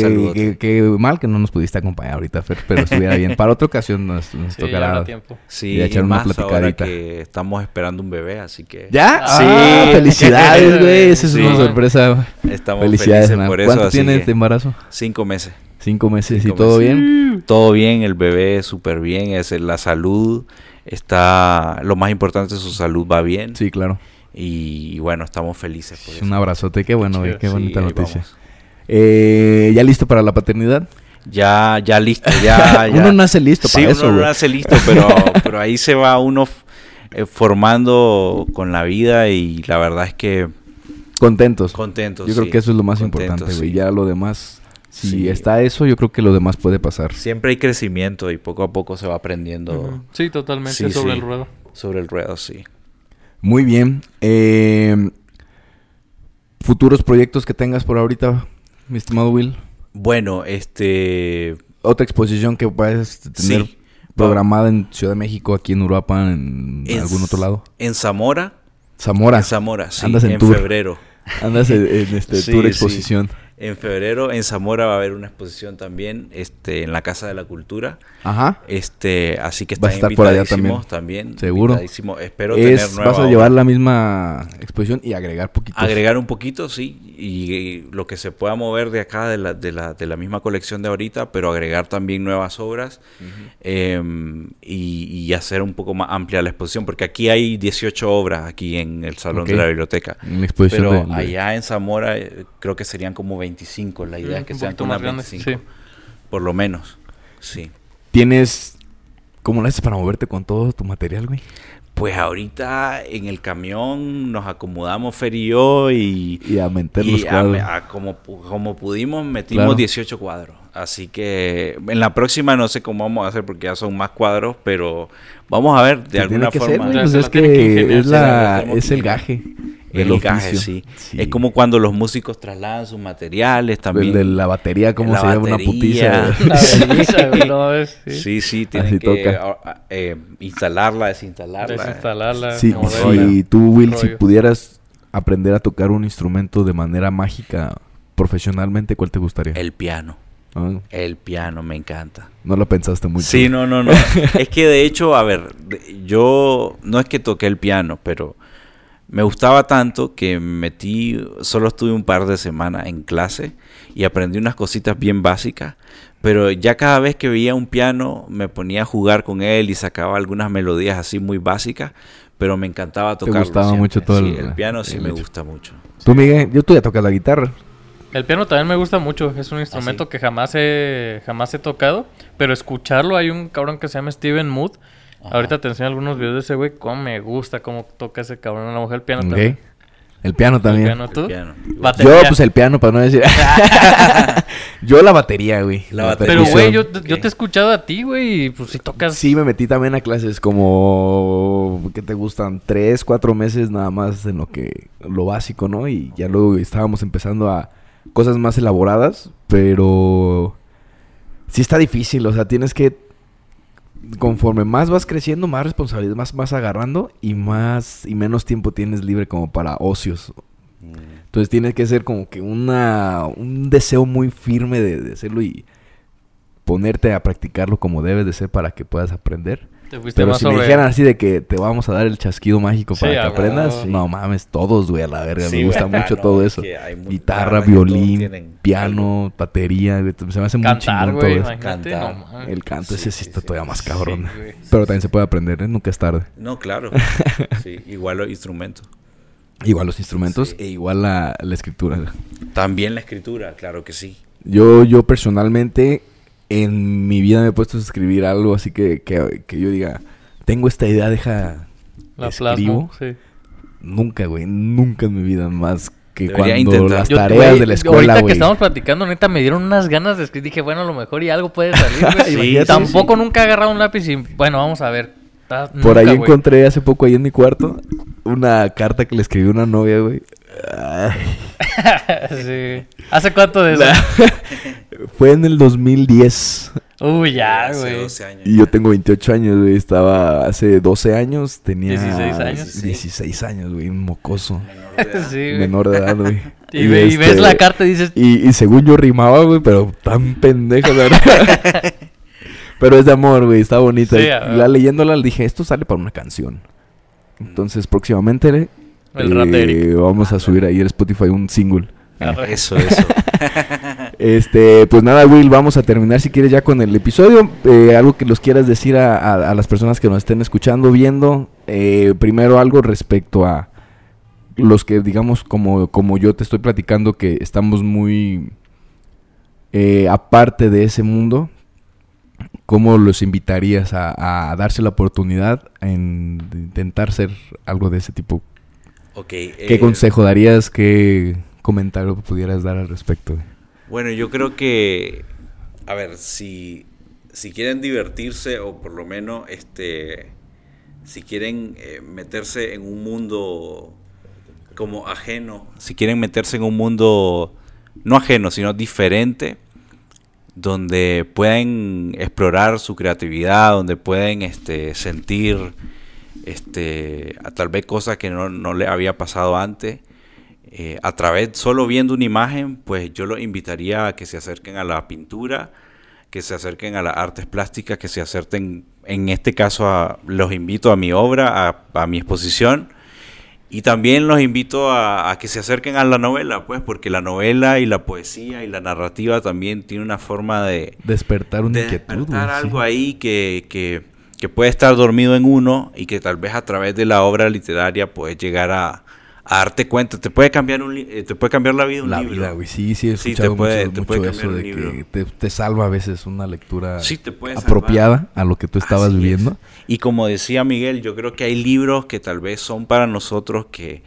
Speaker 1: qué-
Speaker 3: saludote.
Speaker 1: qué mal que no nos pudiste acompañar ahorita, Fer, pero estuviera bien. Para otra ocasión nos, nos
Speaker 2: Sí, ya
Speaker 1: tocará.
Speaker 2: habrá tiempo.
Speaker 3: Sí,
Speaker 1: Y a echar
Speaker 3: y
Speaker 1: una
Speaker 3: más ahora
Speaker 1: platicadita.
Speaker 3: que estamos esperando un bebé, así que
Speaker 1: ¿Ya?
Speaker 2: Ah,
Speaker 1: Ah,
Speaker 3: sí.
Speaker 1: felicidades, güey. Esa es
Speaker 2: Sí.
Speaker 1: una sorpresa.
Speaker 3: estamos
Speaker 1: felicidades,
Speaker 3: felices
Speaker 1: man.
Speaker 3: por eso.
Speaker 1: ¿Cuánto
Speaker 3: así
Speaker 1: tienes
Speaker 3: que
Speaker 1: de embarazo?
Speaker 3: Cinco meses.
Speaker 1: Cinco meses y
Speaker 3: Cinco
Speaker 1: todo
Speaker 3: meses.
Speaker 1: bien.
Speaker 3: Todo bien, el bebé súper bien, es la salud está, lo más importante, su salud va bien.
Speaker 1: Sí, claro. Pues
Speaker 3: Y, bueno, estamos felices por eso.
Speaker 1: Un abrazote, qué bueno, güey,
Speaker 2: Chido.
Speaker 1: qué
Speaker 3: Sí,
Speaker 1: bonita
Speaker 3: ahí
Speaker 1: noticia.
Speaker 3: vamos.
Speaker 1: Eh, ¿Ya listo para la paternidad?
Speaker 3: Ya, ya listo, ya, Ah, ya.
Speaker 1: Uno nace listo
Speaker 3: Sí,
Speaker 1: para eso,
Speaker 3: uno no
Speaker 1: güey.
Speaker 3: nace listo, pero, pero ahí se va uno f- eh, formando con la vida y la verdad es que
Speaker 1: Contentos.
Speaker 3: contento.
Speaker 1: yo creo
Speaker 3: sí.
Speaker 1: que eso es lo más
Speaker 3: Contento,
Speaker 1: importante, güey.
Speaker 3: sí.
Speaker 1: Ya lo demás, si
Speaker 3: Sí.
Speaker 1: está eso, yo creo que lo demás puede pasar.
Speaker 3: Siempre hay crecimiento y poco a poco se va aprendiendo
Speaker 2: Ujú. Sí, totalmente
Speaker 3: Sí,
Speaker 2: sobre
Speaker 3: sí.
Speaker 2: el ruedo.
Speaker 3: sobre el ruedo, sí.
Speaker 1: Muy bien. Eh, ¿Futuros proyectos que tengas por ahorita, mi estimado Will?
Speaker 3: Bueno, este...
Speaker 1: ¿Otra exposición que puedas tener
Speaker 3: sí,
Speaker 1: programada en Ciudad de México, aquí en Uruapan, en,
Speaker 3: En
Speaker 1: algún
Speaker 3: S-
Speaker 1: otro lado?
Speaker 3: En Zamora.
Speaker 1: Zamora.
Speaker 3: En Zamora, sí.
Speaker 1: Andas en
Speaker 3: en
Speaker 1: tour.
Speaker 3: febrero.
Speaker 1: Andas en, en este
Speaker 3: Sí,
Speaker 1: tour
Speaker 3: sí.
Speaker 1: exposición.
Speaker 3: En febrero en Zamora va a haber una exposición también este, en la Casa de la Cultura.
Speaker 1: Ajá.
Speaker 3: Este, así que
Speaker 1: Va a
Speaker 3: están
Speaker 1: estar por allá
Speaker 3: invitadísimos también.
Speaker 1: Seguro.
Speaker 3: invitadísimos. Espero tener
Speaker 1: es,
Speaker 3: nueva
Speaker 1: vas a
Speaker 3: obra.
Speaker 1: llevar la misma exposición y pues, agregar poquitos.
Speaker 3: Agregar un poquito, sí, y, y lo que se pueda mover de acá, de la, de, la, de la misma colección de ahorita, pero agregar también nuevas obras em, y, y hacer un poco más amplia la exposición, porque aquí hay 18 obras aquí en el Salón
Speaker 1: Ok.
Speaker 3: de la Biblioteca.
Speaker 1: Una exposición
Speaker 3: Pero
Speaker 1: de- de-
Speaker 3: allá en Zamora eh, creo que serían como 25, la idea es que
Speaker 2: Mm, Un
Speaker 3: sean
Speaker 2: poquito
Speaker 3: como
Speaker 2: más
Speaker 3: unas
Speaker 2: grandes,
Speaker 3: 25,
Speaker 2: sí.
Speaker 3: por lo menos, sí.
Speaker 1: ¿Tienes. ¿Cómo lo haces para moverte con todo tu material, güey?
Speaker 3: Pues ahorita en el camión nos acomodamos Fer y yo y...
Speaker 1: Y a meter los
Speaker 3: Y a-
Speaker 1: cuadros.
Speaker 3: a- como, pu- como pudimos, metimos
Speaker 1: Claro.
Speaker 3: 18 cuadros. Así que en la próxima no sé cómo vamos a hacer porque ya son más cuadros, pero vamos a ver de
Speaker 1: Se
Speaker 3: alguna
Speaker 1: tiene que hacer,
Speaker 3: forma.
Speaker 1: güey,
Speaker 2: Ya
Speaker 1: pues
Speaker 2: se
Speaker 1: es
Speaker 2: la tiene que
Speaker 1: que
Speaker 2: ingeniar,
Speaker 1: es,
Speaker 2: se
Speaker 3: la
Speaker 1: la-
Speaker 3: tenemos
Speaker 1: es
Speaker 3: que
Speaker 1: el
Speaker 3: ingeniar.
Speaker 1: gaje.
Speaker 3: el
Speaker 1: del
Speaker 3: encaje,
Speaker 1: oficio.
Speaker 3: sí.
Speaker 1: Sí.
Speaker 3: Es como cuando los músicos trasladan sus materiales también.
Speaker 1: El de la batería, como
Speaker 3: La
Speaker 1: se llama una
Speaker 3: batería.
Speaker 1: putiza. güey.
Speaker 2: La belleza, güey, no ves,
Speaker 3: Sí,
Speaker 2: sí.
Speaker 3: sí, tienen
Speaker 1: Así
Speaker 3: que
Speaker 1: toca.
Speaker 3: a- a- eh, instalarla, desinstalarla.
Speaker 2: Desinstalarla,
Speaker 1: Sí,
Speaker 2: moverla.
Speaker 1: si tú, Will, si
Speaker 2: rollo.
Speaker 1: pudieras aprender a tocar un instrumento de manera mágica profesionalmente, ¿cuál te gustaría?
Speaker 3: El piano.
Speaker 1: Ah,
Speaker 3: El piano, me encanta.
Speaker 1: No lo pensaste mucho.
Speaker 3: Sí, no, no, no. es que de hecho, a ver, de- yo no es que toqué el piano, pero me gustaba tanto que metí, solo estuve un par de semanas en clase y aprendí unas cositas bien básicas, pero ya cada vez que veía un piano me ponía a jugar con él y sacaba algunas melodías así muy básicas, pero me encantaba tocarlo.
Speaker 1: gustaba mucho todo
Speaker 3: Sí,
Speaker 1: el-
Speaker 3: el, piano, sí
Speaker 1: el
Speaker 3: me
Speaker 1: hecho.
Speaker 3: gusta mucho.
Speaker 1: Tú, Miguel, yo tú ya tocas la guitarra.
Speaker 2: El piano también me gusta mucho, es un
Speaker 3: Ah,
Speaker 2: instrumento que jamás he, jamás he tocado, pero escucharlo, hay un cabrón que se llama Steven Mood, ahorita te enseño algunos videos de ese güey, cómo me gusta cómo toca ese cabrón, a la mujer el piano
Speaker 1: Ok.
Speaker 2: también.
Speaker 1: El piano
Speaker 2: El
Speaker 1: también.
Speaker 2: piano,
Speaker 3: El
Speaker 2: ¿tú?
Speaker 3: piano.
Speaker 1: Yo,
Speaker 2: Batería.
Speaker 1: pues el piano, para no decir. yo la batería, güey.
Speaker 3: La batería.
Speaker 2: Pero güey, yo,
Speaker 1: percusión.
Speaker 2: yo te he escuchado a ti, güey, y pues si tocas...
Speaker 1: Sí, me metí también a clases como. que te gustan? Tres, cuatro meses nada más en lo que. lo básico, ¿no? Y ya luego estábamos empezando a cosas más elaboradas, pero. sí está difícil, o sea, tienes que. conforme más vas creciendo, más responsabilidad más vas agarrando y más. y menos tiempo tienes libre como para ocios. Entonces tiene que ser como que una, un deseo muy firme de, de hacerlo y ponerte a practicarlo como debe de ser para que puedas aprender.
Speaker 2: Te fuiste
Speaker 1: Pero
Speaker 2: más
Speaker 1: si me
Speaker 2: sobre...
Speaker 1: dijeran así de que te vamos a dar el chasquido mágico
Speaker 2: Sí,
Speaker 1: para que
Speaker 2: a huevo.
Speaker 1: aprendas,
Speaker 2: Sí.
Speaker 1: no mames, todos, güey, a la verga.
Speaker 3: Sí,
Speaker 1: me gusta
Speaker 3: ¿verdad?
Speaker 1: mucho
Speaker 3: No,
Speaker 1: todo
Speaker 3: es
Speaker 1: eso.
Speaker 3: que hay mu- la
Speaker 1: Guitarra,
Speaker 3: verdad es que todos
Speaker 1: violín,
Speaker 3: tienen
Speaker 1: piano, batería, güey, se me hace muy
Speaker 2: Cantar,
Speaker 1: chingón
Speaker 2: güey,
Speaker 1: todo eso.
Speaker 2: imagínate,
Speaker 3: Cantar.
Speaker 2: no mames.
Speaker 1: El canto ese
Speaker 3: Sí,
Speaker 1: sí
Speaker 3: sí,
Speaker 1: está
Speaker 3: sí.
Speaker 1: todavía más cabrón.
Speaker 2: Sí, güey.
Speaker 1: Pero también se puede aprender, ¿eh? nunca es tarde.
Speaker 3: No, claro. Sí, igual los instrumentos.
Speaker 1: Igual los instrumentos
Speaker 3: Sí.
Speaker 1: e igual la- la escritura.
Speaker 3: También la escritura, claro que sí.
Speaker 1: Yo, yo personalmente en mi vida me he puesto a escribir algo así que, que, que yo diga, tengo esta idea, deja...
Speaker 2: La
Speaker 1: escribo.
Speaker 2: plasmo, sí.
Speaker 1: Nunca, güey, nunca en mi vida más que
Speaker 3: Debería
Speaker 1: cuando
Speaker 3: intentar.
Speaker 1: las
Speaker 2: Yo-
Speaker 1: tareas
Speaker 2: güey,
Speaker 1: de la
Speaker 2: Ahorita
Speaker 1: escuela,
Speaker 2: que
Speaker 1: güey.
Speaker 2: estamos platicando, neta, me dieron unas ganas de escribir. Dije, bueno, a lo mejor y algo puede salir, güey.
Speaker 3: Sí,
Speaker 2: Y
Speaker 3: sí, sí.
Speaker 2: tampoco nunca he agarrado un lápiz y, bueno, vamos a ver. Ta-
Speaker 1: Por
Speaker 2: nunca,
Speaker 1: ahí
Speaker 2: güey.
Speaker 1: encontré hace poco ahí en mi cuarto una carta que le escribió una novia, güey. Ah,
Speaker 2: sí. ¿Hace cuánto de eso?
Speaker 1: Fue en el 2010
Speaker 2: Uy, ya,
Speaker 3: Hace
Speaker 2: güey.
Speaker 3: 12 años.
Speaker 1: y yo tengo 28 años, güey. Estaba hace 12 años, tenía
Speaker 2: 16 años.
Speaker 1: 16 años, güey, un mocoso.
Speaker 3: Menor de edad.
Speaker 2: Sí, güey.
Speaker 1: Menor de edad, güey.
Speaker 2: Y, ve- y ves
Speaker 1: este,
Speaker 2: la carta y dices,
Speaker 1: Y, y según yo rimaba, güey, pero tan pendejo, la verdad. pero es de amor, güey, está bonita.
Speaker 2: Sí,
Speaker 1: Y
Speaker 2: a-
Speaker 1: la leyéndola le dije, esto sale para una canción. Entonces, próximamente eh,
Speaker 2: Mm. el rap de Eric.
Speaker 1: vamos a subir ahí el Spotify un single.
Speaker 3: Eso, eso.
Speaker 1: Este, pues nada, Will, vamos a terminar si quieres ya con el episodio. Eh, algo que los quieras decir a, a- a las personas que nos estén escuchando, viendo. Eh, primero algo respecto a los que, digamos, como, como yo te estoy platicando, que estamos muy eh, aparte de ese mundo. ¿Cómo los invitarías a, a darse la oportunidad en de intentar ser algo de ese tipo?
Speaker 3: Ok.
Speaker 1: ¿Qué
Speaker 3: eh,
Speaker 1: consejo darías? ¿Qué comentario pudieras dar al respecto?
Speaker 3: Bueno, yo creo que, a ver, si, si quieren divertirse o por lo menos, este, si quieren eh, meterse en un mundo como ajeno, si quieren meterse en un mundo no ajeno, sino diferente, donde pueden explorar su creatividad, donde pueden este, sentir este, a tal vez cosas que no, no le había pasado antes. Eh, a través, solo viendo una imagen, pues yo los invitaría a que se acerquen a la pintura, que se acerquen a las artes plásticas, que se acerquen, en este caso, a- los invito a mi obra, a, a mi exposición. Y también los invito a, a que se acerquen a la novela, pues, porque la novela y la poesía y la narrativa también tiene una forma de,
Speaker 1: Despertar una
Speaker 3: de
Speaker 1: inquietud. güey,
Speaker 3: despertar
Speaker 1: sí.
Speaker 3: algo ahí que, que- que puede estar dormido en uno y que tal vez a través de la obra literaria puedes llegar a, a darte cuenta. Te puede cambiar un li- eh, te puede cambiar la vida un
Speaker 1: La
Speaker 3: libro.
Speaker 1: vida, güey. Sí, sí, he
Speaker 3: Sí, te
Speaker 1: escuchado
Speaker 3: puede-
Speaker 1: mucho,
Speaker 3: te puede
Speaker 1: mucho
Speaker 3: cambiar
Speaker 1: eso
Speaker 3: un
Speaker 1: de que
Speaker 3: libro.
Speaker 1: te, te salva a veces una lectura
Speaker 3: Sí, te puede salvar.
Speaker 1: apropiada a lo que tú estabas
Speaker 3: Así es.
Speaker 1: viviendo.
Speaker 3: Y como decía Miguel, yo creo que hay libros que tal vez son para nosotros que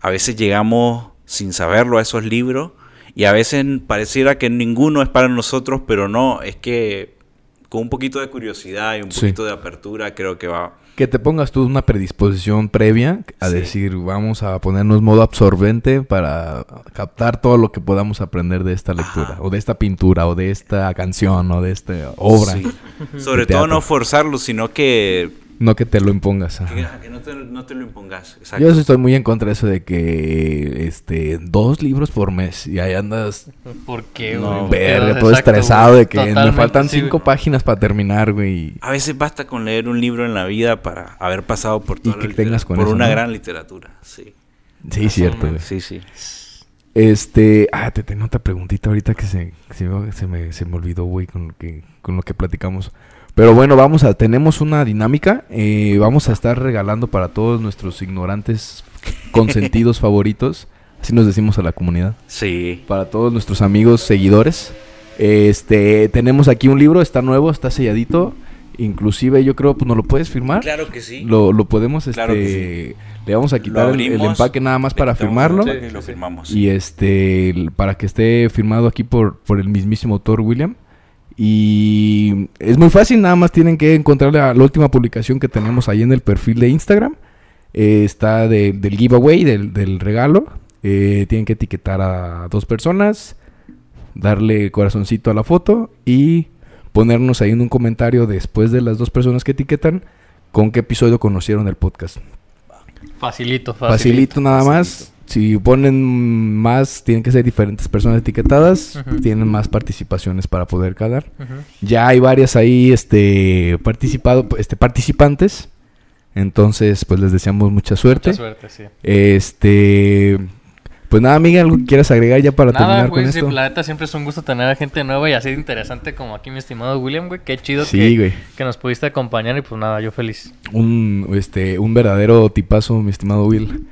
Speaker 3: a veces llegamos sin saberlo a esos libros y a veces pareciera que ninguno es para nosotros, pero no, es que con un poquito de curiosidad y un
Speaker 1: Sí.
Speaker 3: poquito de apertura creo que va,
Speaker 1: Que te pongas tú una predisposición previa a
Speaker 3: Sí.
Speaker 1: decir, vamos a ponernos modo absorbente para captar todo lo que podamos aprender de esta lectura,
Speaker 3: Ajá.
Speaker 1: o de esta pintura, o de esta canción, o de esta obra.
Speaker 3: Sí. Sobre
Speaker 1: De teatro.
Speaker 3: todo no forzarlo, sino que,
Speaker 1: No que te lo impongas. ajá.
Speaker 3: que- "Ah, que no, te, no te lo impongas. Exacto.
Speaker 1: Yo sí estoy muy en contra de eso de que este dos libros por mes y ahí andas
Speaker 2: ¿Por qué,
Speaker 3: No,
Speaker 2: güey? ¿Por qué?
Speaker 1: verga, todo
Speaker 2: Ah, Exacto,
Speaker 1: estresado
Speaker 2: güey.
Speaker 1: de que me
Speaker 2: Totalmente,
Speaker 1: faltan
Speaker 2: sí, güey.
Speaker 1: cinco páginas para terminar, güey.
Speaker 3: A veces basta con leer un libro en la vida para haber pasado por toda
Speaker 1: Y
Speaker 3: la
Speaker 1: que
Speaker 3: litera-
Speaker 1: tengas con
Speaker 3: por
Speaker 1: eso,
Speaker 3: una
Speaker 1: ¿no? Pues.
Speaker 3: gran literatura. Sí.
Speaker 1: Sí, cierto, güey.
Speaker 3: Sí, sí.
Speaker 1: Este, ah, te tengo otra preguntita ahorita que se, que se, me- se me, se me olvidó, güey, con lo que, con lo que platicamos. Pero bueno, vamos a, tenemos una dinámica, eh, vamos a estar regalando para todos nuestros ignorantes consentidos favoritos, así nos decimos a la comunidad.
Speaker 3: Sí.
Speaker 1: para todos nuestros amigos seguidores. Este, tenemos aquí un libro, está nuevo, está selladito. Inclusive yo creo, pues nos lo puedes firmar.
Speaker 3: Claro que sí.
Speaker 1: Lo, lo podemos, este,
Speaker 3: Claro que
Speaker 1: le vamos a quitar
Speaker 3: Lo
Speaker 1: el- el,
Speaker 3: abrimos,
Speaker 1: empaque nada más
Speaker 3: le
Speaker 1: para
Speaker 3: quitamos
Speaker 1: firmarlo.
Speaker 3: el empaque
Speaker 2: Sí,
Speaker 3: y lo
Speaker 2: sí, sí.
Speaker 3: firmamos.
Speaker 1: Y este, el- para que esté firmado aquí por, por el mismísimo autor William. Y es muy fácil, nada más tienen que encontrar la, la última publicación que tenemos ahí en el perfil de Instagram. Eh, está de- del giveaway, del, del regalo. Eh, tienen que etiquetar a dos personas, darle corazoncito a la foto y ponernos ahí en un comentario después de las dos personas que etiquetan con qué episodio conocieron el podcast.
Speaker 2: Facilito, facilito.
Speaker 1: Facilito nada más.
Speaker 3: facilito.
Speaker 1: Si ponen más, tienen que ser diferentes personas etiquetadas.
Speaker 2: Ujú.
Speaker 1: Tienen más participaciones para poder ganar.
Speaker 2: Ujú.
Speaker 1: Ya hay varias ahí este, participado, este, participantes. Entonces, pues les deseamos mucha suerte.
Speaker 2: Mucha suerte, sí.
Speaker 1: Este. Pues nada, amiga, ¿algo que quieras agregar ya para
Speaker 2: Nada,
Speaker 1: terminar
Speaker 2: güey,
Speaker 1: con
Speaker 2: sí,
Speaker 1: esto?
Speaker 2: la neta siempre es un gusto tener a gente nueva y así de interesante como aquí mi estimado William, güey. Qué chido
Speaker 1: Sí,
Speaker 2: que,
Speaker 1: güey.
Speaker 2: que nos pudiste acompañar y pues nada, yo feliz.
Speaker 1: Un, este, un verdadero tipazo, mi estimado Will.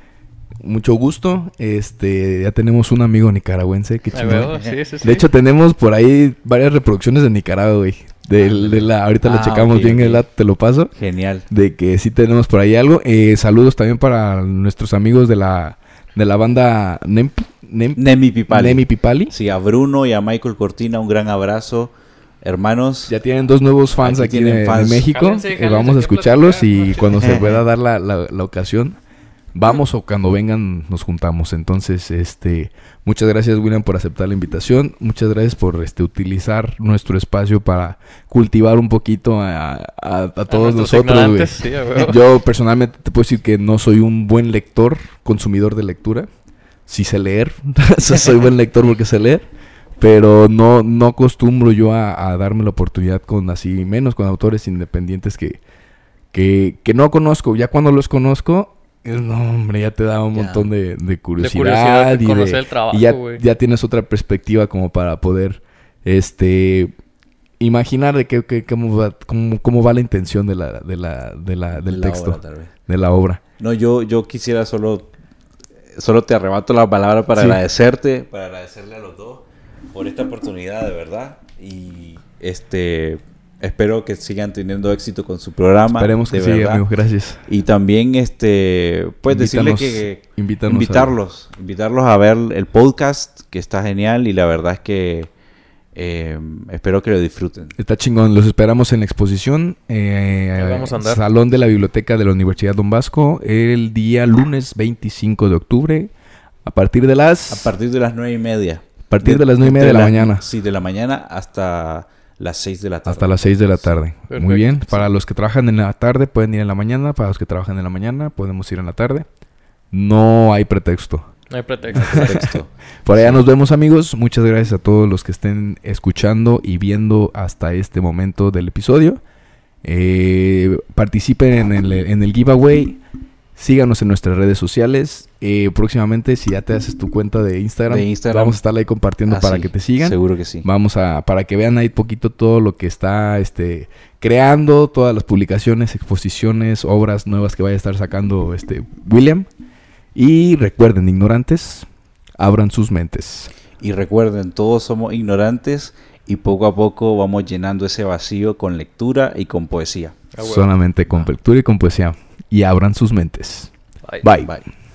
Speaker 1: Mucho gusto. Este, ya tenemos un amigo nicaragüense. Qué
Speaker 2: Ay,
Speaker 1: chingón.
Speaker 2: güey, sí,
Speaker 3: Pues
Speaker 2: sí, sí.
Speaker 1: De hecho, tenemos por ahí varias reproducciones de Nicaragua, güey. Del- de la, ahorita lo
Speaker 3: Ah,
Speaker 1: checamos
Speaker 3: ok,
Speaker 1: bien,
Speaker 3: ok.
Speaker 1: el dato te lo paso.
Speaker 3: Genial.
Speaker 1: De que sí tenemos por ahí algo. Eh, saludos también para nuestros amigos de la, de la banda Nempi, Nem-
Speaker 3: Nemi Pipali.
Speaker 1: Nemi Pipali.
Speaker 3: Sí, a Bruno y a Michael Cortina un gran abrazo. Hermanos,
Speaker 1: Ya tienen dos nuevos fans
Speaker 3: Aquí
Speaker 1: aquí, de-
Speaker 3: tienen
Speaker 1: de,
Speaker 3: fans.
Speaker 1: México.
Speaker 2: Jálense,
Speaker 1: Eh,
Speaker 2: jálense,
Speaker 1: vamos a
Speaker 2: hay que
Speaker 1: escucharlos
Speaker 2: platicar,
Speaker 1: y
Speaker 2: ¿no?
Speaker 1: cuando se pueda dar la, la- la ocasión, vamos o cuando vengan nos juntamos. Entonces, este, muchas gracias William por aceptar la invitación. Muchas gracias por este, utilizar nuestro espacio para cultivar un poquito a, a- a todos
Speaker 2: nuestros
Speaker 1: nosotros. güey.
Speaker 2: ignorantes, Sí, a huevo.
Speaker 1: Yo personalmente te puedo decir que no soy un buen lector, consumidor de lectura. sí sé leer, O sea, soy buen lector porque sé leer, pero no, no acostumbro yo a, a darme la oportunidad con así, menos con autores independientes que, que, que no conozco. Ya cuando los conozco, es- no, hombre, ya te da un
Speaker 4: Ya.
Speaker 1: montón de, de
Speaker 2: curiosidad,
Speaker 1: curiosidad, y de-
Speaker 2: conocer el trabajo,
Speaker 1: y ya,
Speaker 2: güey.
Speaker 1: ya tienes otra perspectiva como para poder, este... Imaginar de qué, qué- cómo, va, cómo, cómo va la intención de la, de la, de la, del
Speaker 4: La
Speaker 1: texto,
Speaker 4: obra, tal vez.
Speaker 1: de la obra.
Speaker 4: No, yo, yo quisiera solo. Solo te arrebato la palabra para
Speaker 1: Sí.
Speaker 4: agradecerte.
Speaker 3: Para agradecerle a los dos por esta oportunidad, de verdad. Y este espero que sigan teniendo éxito con su programa.
Speaker 1: Esperemos que
Speaker 3: de
Speaker 1: sí,
Speaker 3: verdad.
Speaker 1: amigos. Gracias.
Speaker 3: Y también, este, pues decirle
Speaker 1: Invítanos-
Speaker 3: que
Speaker 1: invítanos a-
Speaker 3: invitarlos, invitarlos a ver el podcast, que está genial y la verdad es que eh, espero que lo disfruten.
Speaker 1: Está chingón, los esperamos en la exposición. eh,
Speaker 2: Ahí vamos a andar.
Speaker 1: Salón de la Biblioteca de la Universidad Don Vasco, el día lunes 25 de octubre, a partir de
Speaker 3: A
Speaker 1: las. A,
Speaker 3: partir de las nueve y media.
Speaker 1: partir de las 9 y media de la mañana
Speaker 3: Sí, de la mañana hasta las 6 de la tarde.
Speaker 1: hasta las 6 de la tarde.
Speaker 2: Perfecto.
Speaker 1: Muy bien, para los que trabajan en la tarde pueden ir en la mañana, para los que trabajan en la mañana podemos ir en la tarde. No hay pretexto.
Speaker 2: No hay pretexto.
Speaker 3: Pretexto.
Speaker 1: Por allá nos vemos amigos. Muchas gracias a todos los que estén escuchando y viendo hasta este momento del episodio. Eh, participen en el, en el giveaway. Síganos en nuestras redes sociales. Eh, próximamente, si ya te haces tu cuenta de Instagram,
Speaker 3: De Instagram.
Speaker 1: vamos a estar ahí compartiendo
Speaker 3: Ah,
Speaker 1: para
Speaker 3: sí,
Speaker 1: que te sigan.
Speaker 3: Seguro que sí.
Speaker 1: Vamos a, para que vean ahí poquito todo lo que está este, creando, todas las publicaciones, exposiciones, obras nuevas que vaya a estar sacando este William. Y recuerden, ignorantes, abran sus mentes.
Speaker 3: Y recuerden, todos somos ignorantes y poco a poco vamos llenando ese vacío con lectura y con poesía.
Speaker 2: Ah, huevo.
Speaker 1: Solamente con lectura y con poesía. Y abran sus mentes.
Speaker 2: Bye.
Speaker 1: Bye.
Speaker 3: Bye.